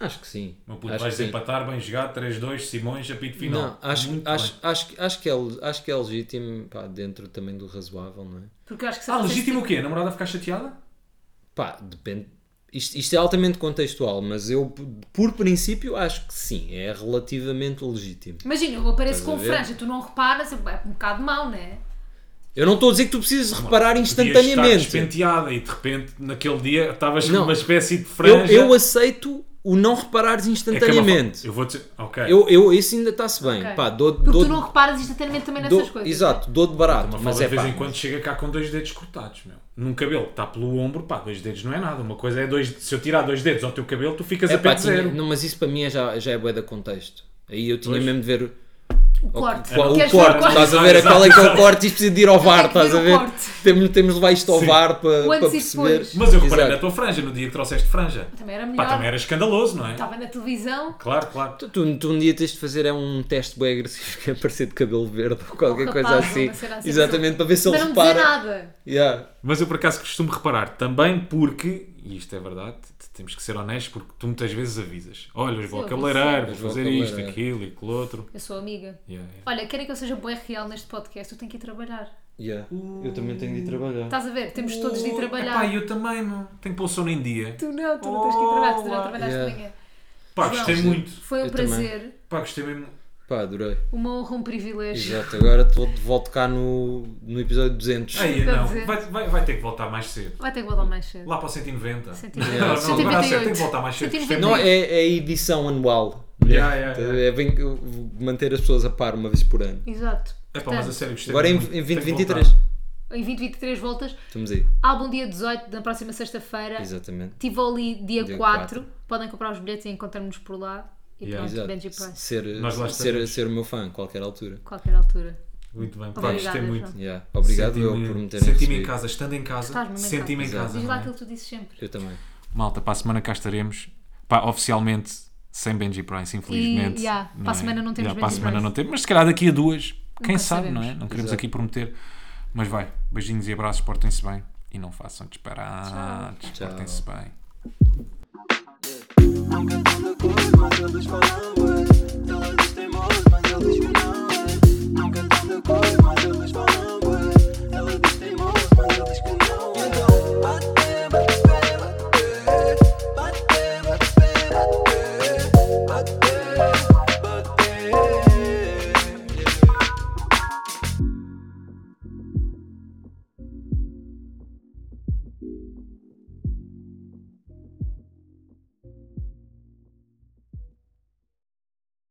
Speaker 4: Acho que sim.
Speaker 2: Meu puto,
Speaker 4: acho
Speaker 2: vais
Speaker 4: que sim.
Speaker 2: empatar, bem jogado, 3-2, Simões, apito final.
Speaker 4: Não, acho,
Speaker 2: Muito
Speaker 4: acho,
Speaker 2: bem.
Speaker 4: acho, que- acho, que é, acho que é legítimo, pá, dentro também do razoável, não é?
Speaker 1: Porque eu acho que se
Speaker 2: Ah,
Speaker 1: acontece tipo,
Speaker 2: legítimo o quê? A namorada ficar chateada?
Speaker 4: Pá, depende. Isto, isto é altamente contextual, mas eu, p- por princípio, acho que sim, é relativamente legítimo.
Speaker 1: Imagina, eu apareço
Speaker 4: Estás
Speaker 1: com
Speaker 4: a ver?
Speaker 1: franja, tu não reparas, é um bocado mau, não é?
Speaker 4: Eu não estou a dizer que tu precisas reparar
Speaker 2: Podias
Speaker 4: instantaneamente.
Speaker 2: estar despenteada e de repente, naquele dia, estavas com
Speaker 4: Não.
Speaker 2: uma espécie de franja.
Speaker 4: Eu, eu aceito o não
Speaker 2: É
Speaker 4: reparares
Speaker 2: que é uma fa-
Speaker 4: instantaneamente.
Speaker 2: Eu vou dizer, ok.
Speaker 4: eu, eu, isso ainda está-se bem.
Speaker 1: Ok.
Speaker 4: Pá, dou,
Speaker 1: Porque
Speaker 4: dou,
Speaker 1: tu não reparas instantaneamente também
Speaker 4: dou-
Speaker 1: nessas coisas.
Speaker 4: Exato, dou de barato.
Speaker 2: Uma
Speaker 4: Mas
Speaker 2: falda
Speaker 4: é
Speaker 2: de vez
Speaker 4: pá,
Speaker 2: em quando chega cá com dois dedos cortados, meu. Num cabelo que está pelo ombro, pá, dois dedos não é nada. Uma coisa é dois. Se eu tirar dois dedos ao teu cabelo, tu ficas
Speaker 4: é
Speaker 2: a pé
Speaker 4: pá,
Speaker 2: de
Speaker 4: tinha-
Speaker 2: zero.
Speaker 4: não, mas isso para mim é já, já é bué de contexto. Aí eu tinha
Speaker 2: Pois.
Speaker 4: mesmo de ver
Speaker 1: O corte.
Speaker 4: É, Qual- o
Speaker 1: Queres ver o
Speaker 4: corte, estás a ver?
Speaker 2: Exato,
Speaker 4: Qual é que é o
Speaker 2: exato.
Speaker 4: corte? Isto precisa de ir ao VAR,
Speaker 1: Tem que ver
Speaker 4: estás a
Speaker 1: o
Speaker 4: ver?
Speaker 1: corte.
Speaker 4: Temos, temos de levar isto ao
Speaker 2: Sim.
Speaker 4: VAr para,
Speaker 1: O
Speaker 4: para
Speaker 1: antes e
Speaker 4: perceber.
Speaker 1: depois.
Speaker 2: Mas eu reparei é
Speaker 4: Exato.
Speaker 2: na tua franja no dia que trouxeste franja.
Speaker 1: Também era
Speaker 2: Pá,
Speaker 1: melhor.
Speaker 2: também era escandaloso, não é?
Speaker 1: Estava na televisão,
Speaker 2: Claro, claro.
Speaker 4: Tu, tu- tu um dia tens de fazer é um teste bem agressivo que é aparecer de cabelo verde ou qualquer
Speaker 1: rapaz,
Speaker 4: coisa
Speaker 1: ou
Speaker 4: assim.
Speaker 1: uma cena assim.
Speaker 4: Exatamente, para ver se ele
Speaker 1: mas não dizer
Speaker 4: repara.
Speaker 1: nada.
Speaker 4: Yeah.
Speaker 2: Mas eu por acaso costumo reparar também porque, e isto é verdade, t- temos que ser honestos, porque tu muitas vezes avisas: olha, eu vou
Speaker 1: eu
Speaker 2: ao cabeleireiro, vou
Speaker 4: aviso. Eu vou ao
Speaker 2: fazer isto,
Speaker 4: cabeleireiro.
Speaker 2: aquilo e aquilo outro.
Speaker 1: Eu sou amiga.
Speaker 2: Yeah, yeah.
Speaker 1: Olha, querem que eu seja boa real neste podcast? Eu tenho que ir trabalhar.
Speaker 4: Yeah. Eu também tenho de ir trabalhar.
Speaker 1: Estás a ver? Temos todos de
Speaker 4: Oh,
Speaker 1: ir trabalhar.
Speaker 2: Epá, eu também, meu. Tenho que pôr o sono em dia.
Speaker 1: Tu não, tu não tens que ir trabalhar, tu
Speaker 2: Oh,
Speaker 1: já trabalhaste
Speaker 4: Yeah.
Speaker 1: de manhã.
Speaker 2: Pá,
Speaker 1: João,
Speaker 2: gostei muito.
Speaker 1: Foi um
Speaker 4: Eu também.
Speaker 1: prazer,
Speaker 2: Pá, gostei mesmo.
Speaker 4: Pá, adorei.
Speaker 1: uma honra, um privilégio.
Speaker 4: Exato, agora estou de volta cá no, no episódio 200.
Speaker 2: Aí,
Speaker 1: Quer
Speaker 2: não.
Speaker 1: dizer-
Speaker 2: Vai, vai, vai ter que voltar mais cedo.
Speaker 1: Vai ter que voltar mais cedo.
Speaker 2: Lá para o 190.
Speaker 1: Centimetro.
Speaker 2: Não, não, não, não, não, tem que
Speaker 1: 198.
Speaker 2: voltar mais cedo. Gostei
Speaker 1: 198.
Speaker 4: Não,
Speaker 2: muito.
Speaker 4: é, é a edição anual.
Speaker 2: Yeah, yeah,
Speaker 4: Então,
Speaker 2: yeah.
Speaker 4: É bem que eu vou manter as pessoas a par uma vez por ano.
Speaker 1: Exato.
Speaker 2: Epá, mas assim- a
Speaker 1: Portanto,
Speaker 2: sério, gostei
Speaker 4: Agora em,
Speaker 2: muito.
Speaker 4: em
Speaker 2: Tem que
Speaker 4: 2023.
Speaker 2: voltar.
Speaker 1: em 2023 voltas.
Speaker 4: Estamos aí.
Speaker 1: Álbum dia 18, na próxima sexta-feira.
Speaker 4: Exatamente.
Speaker 1: Tipo Tivoli dia,
Speaker 4: Dia
Speaker 1: 4. Podem comprar os bilhetes e encontrarmos por lá. E
Speaker 2: Yeah.
Speaker 1: pronto,
Speaker 4: Exato.
Speaker 1: Benji Price.
Speaker 4: Ser,
Speaker 2: Nós lá
Speaker 4: ser,
Speaker 2: estaremos.
Speaker 4: ser o meu fã a qualquer altura.
Speaker 1: A qualquer altura.
Speaker 2: Muito bem. Pá,
Speaker 1: Obrigada,
Speaker 2: gostei
Speaker 1: João.
Speaker 2: muito.
Speaker 4: Yeah. Obrigado eu
Speaker 2: Senti-me-
Speaker 4: por me terem
Speaker 2: Senti-me em
Speaker 4: recebido.
Speaker 2: casa, estando em
Speaker 1: Estás
Speaker 2: casa,
Speaker 1: mesmo em
Speaker 2: senti-me em
Speaker 1: casa.
Speaker 2: casa.
Speaker 1: Diz lá
Speaker 2: não é?
Speaker 1: aquilo que tu dizes sempre.
Speaker 4: Eu também.
Speaker 2: Malta, para a semana cá estaremos. Pá, oficialmente, sem Benji Price, infelizmente.
Speaker 1: E, yeah,
Speaker 2: não
Speaker 1: para a
Speaker 2: é?
Speaker 1: semana não temos
Speaker 2: Yeah, para a
Speaker 1: Benji
Speaker 2: semana
Speaker 1: Price.
Speaker 2: não temos, mas se calhar daqui a duas. Quem sabe,
Speaker 1: sabemos.
Speaker 2: não é? Não queremos
Speaker 4: Exato.
Speaker 2: aqui prometer. Mas vai, beijinhos e abraços, portem-se bem. E não façam disparates,
Speaker 4: Tchau.
Speaker 2: portem-se bem.
Speaker 3: eh. Não cantando cor, mas eles falam ué. Ela diz teimoso, mas ele diz que não eh. eh.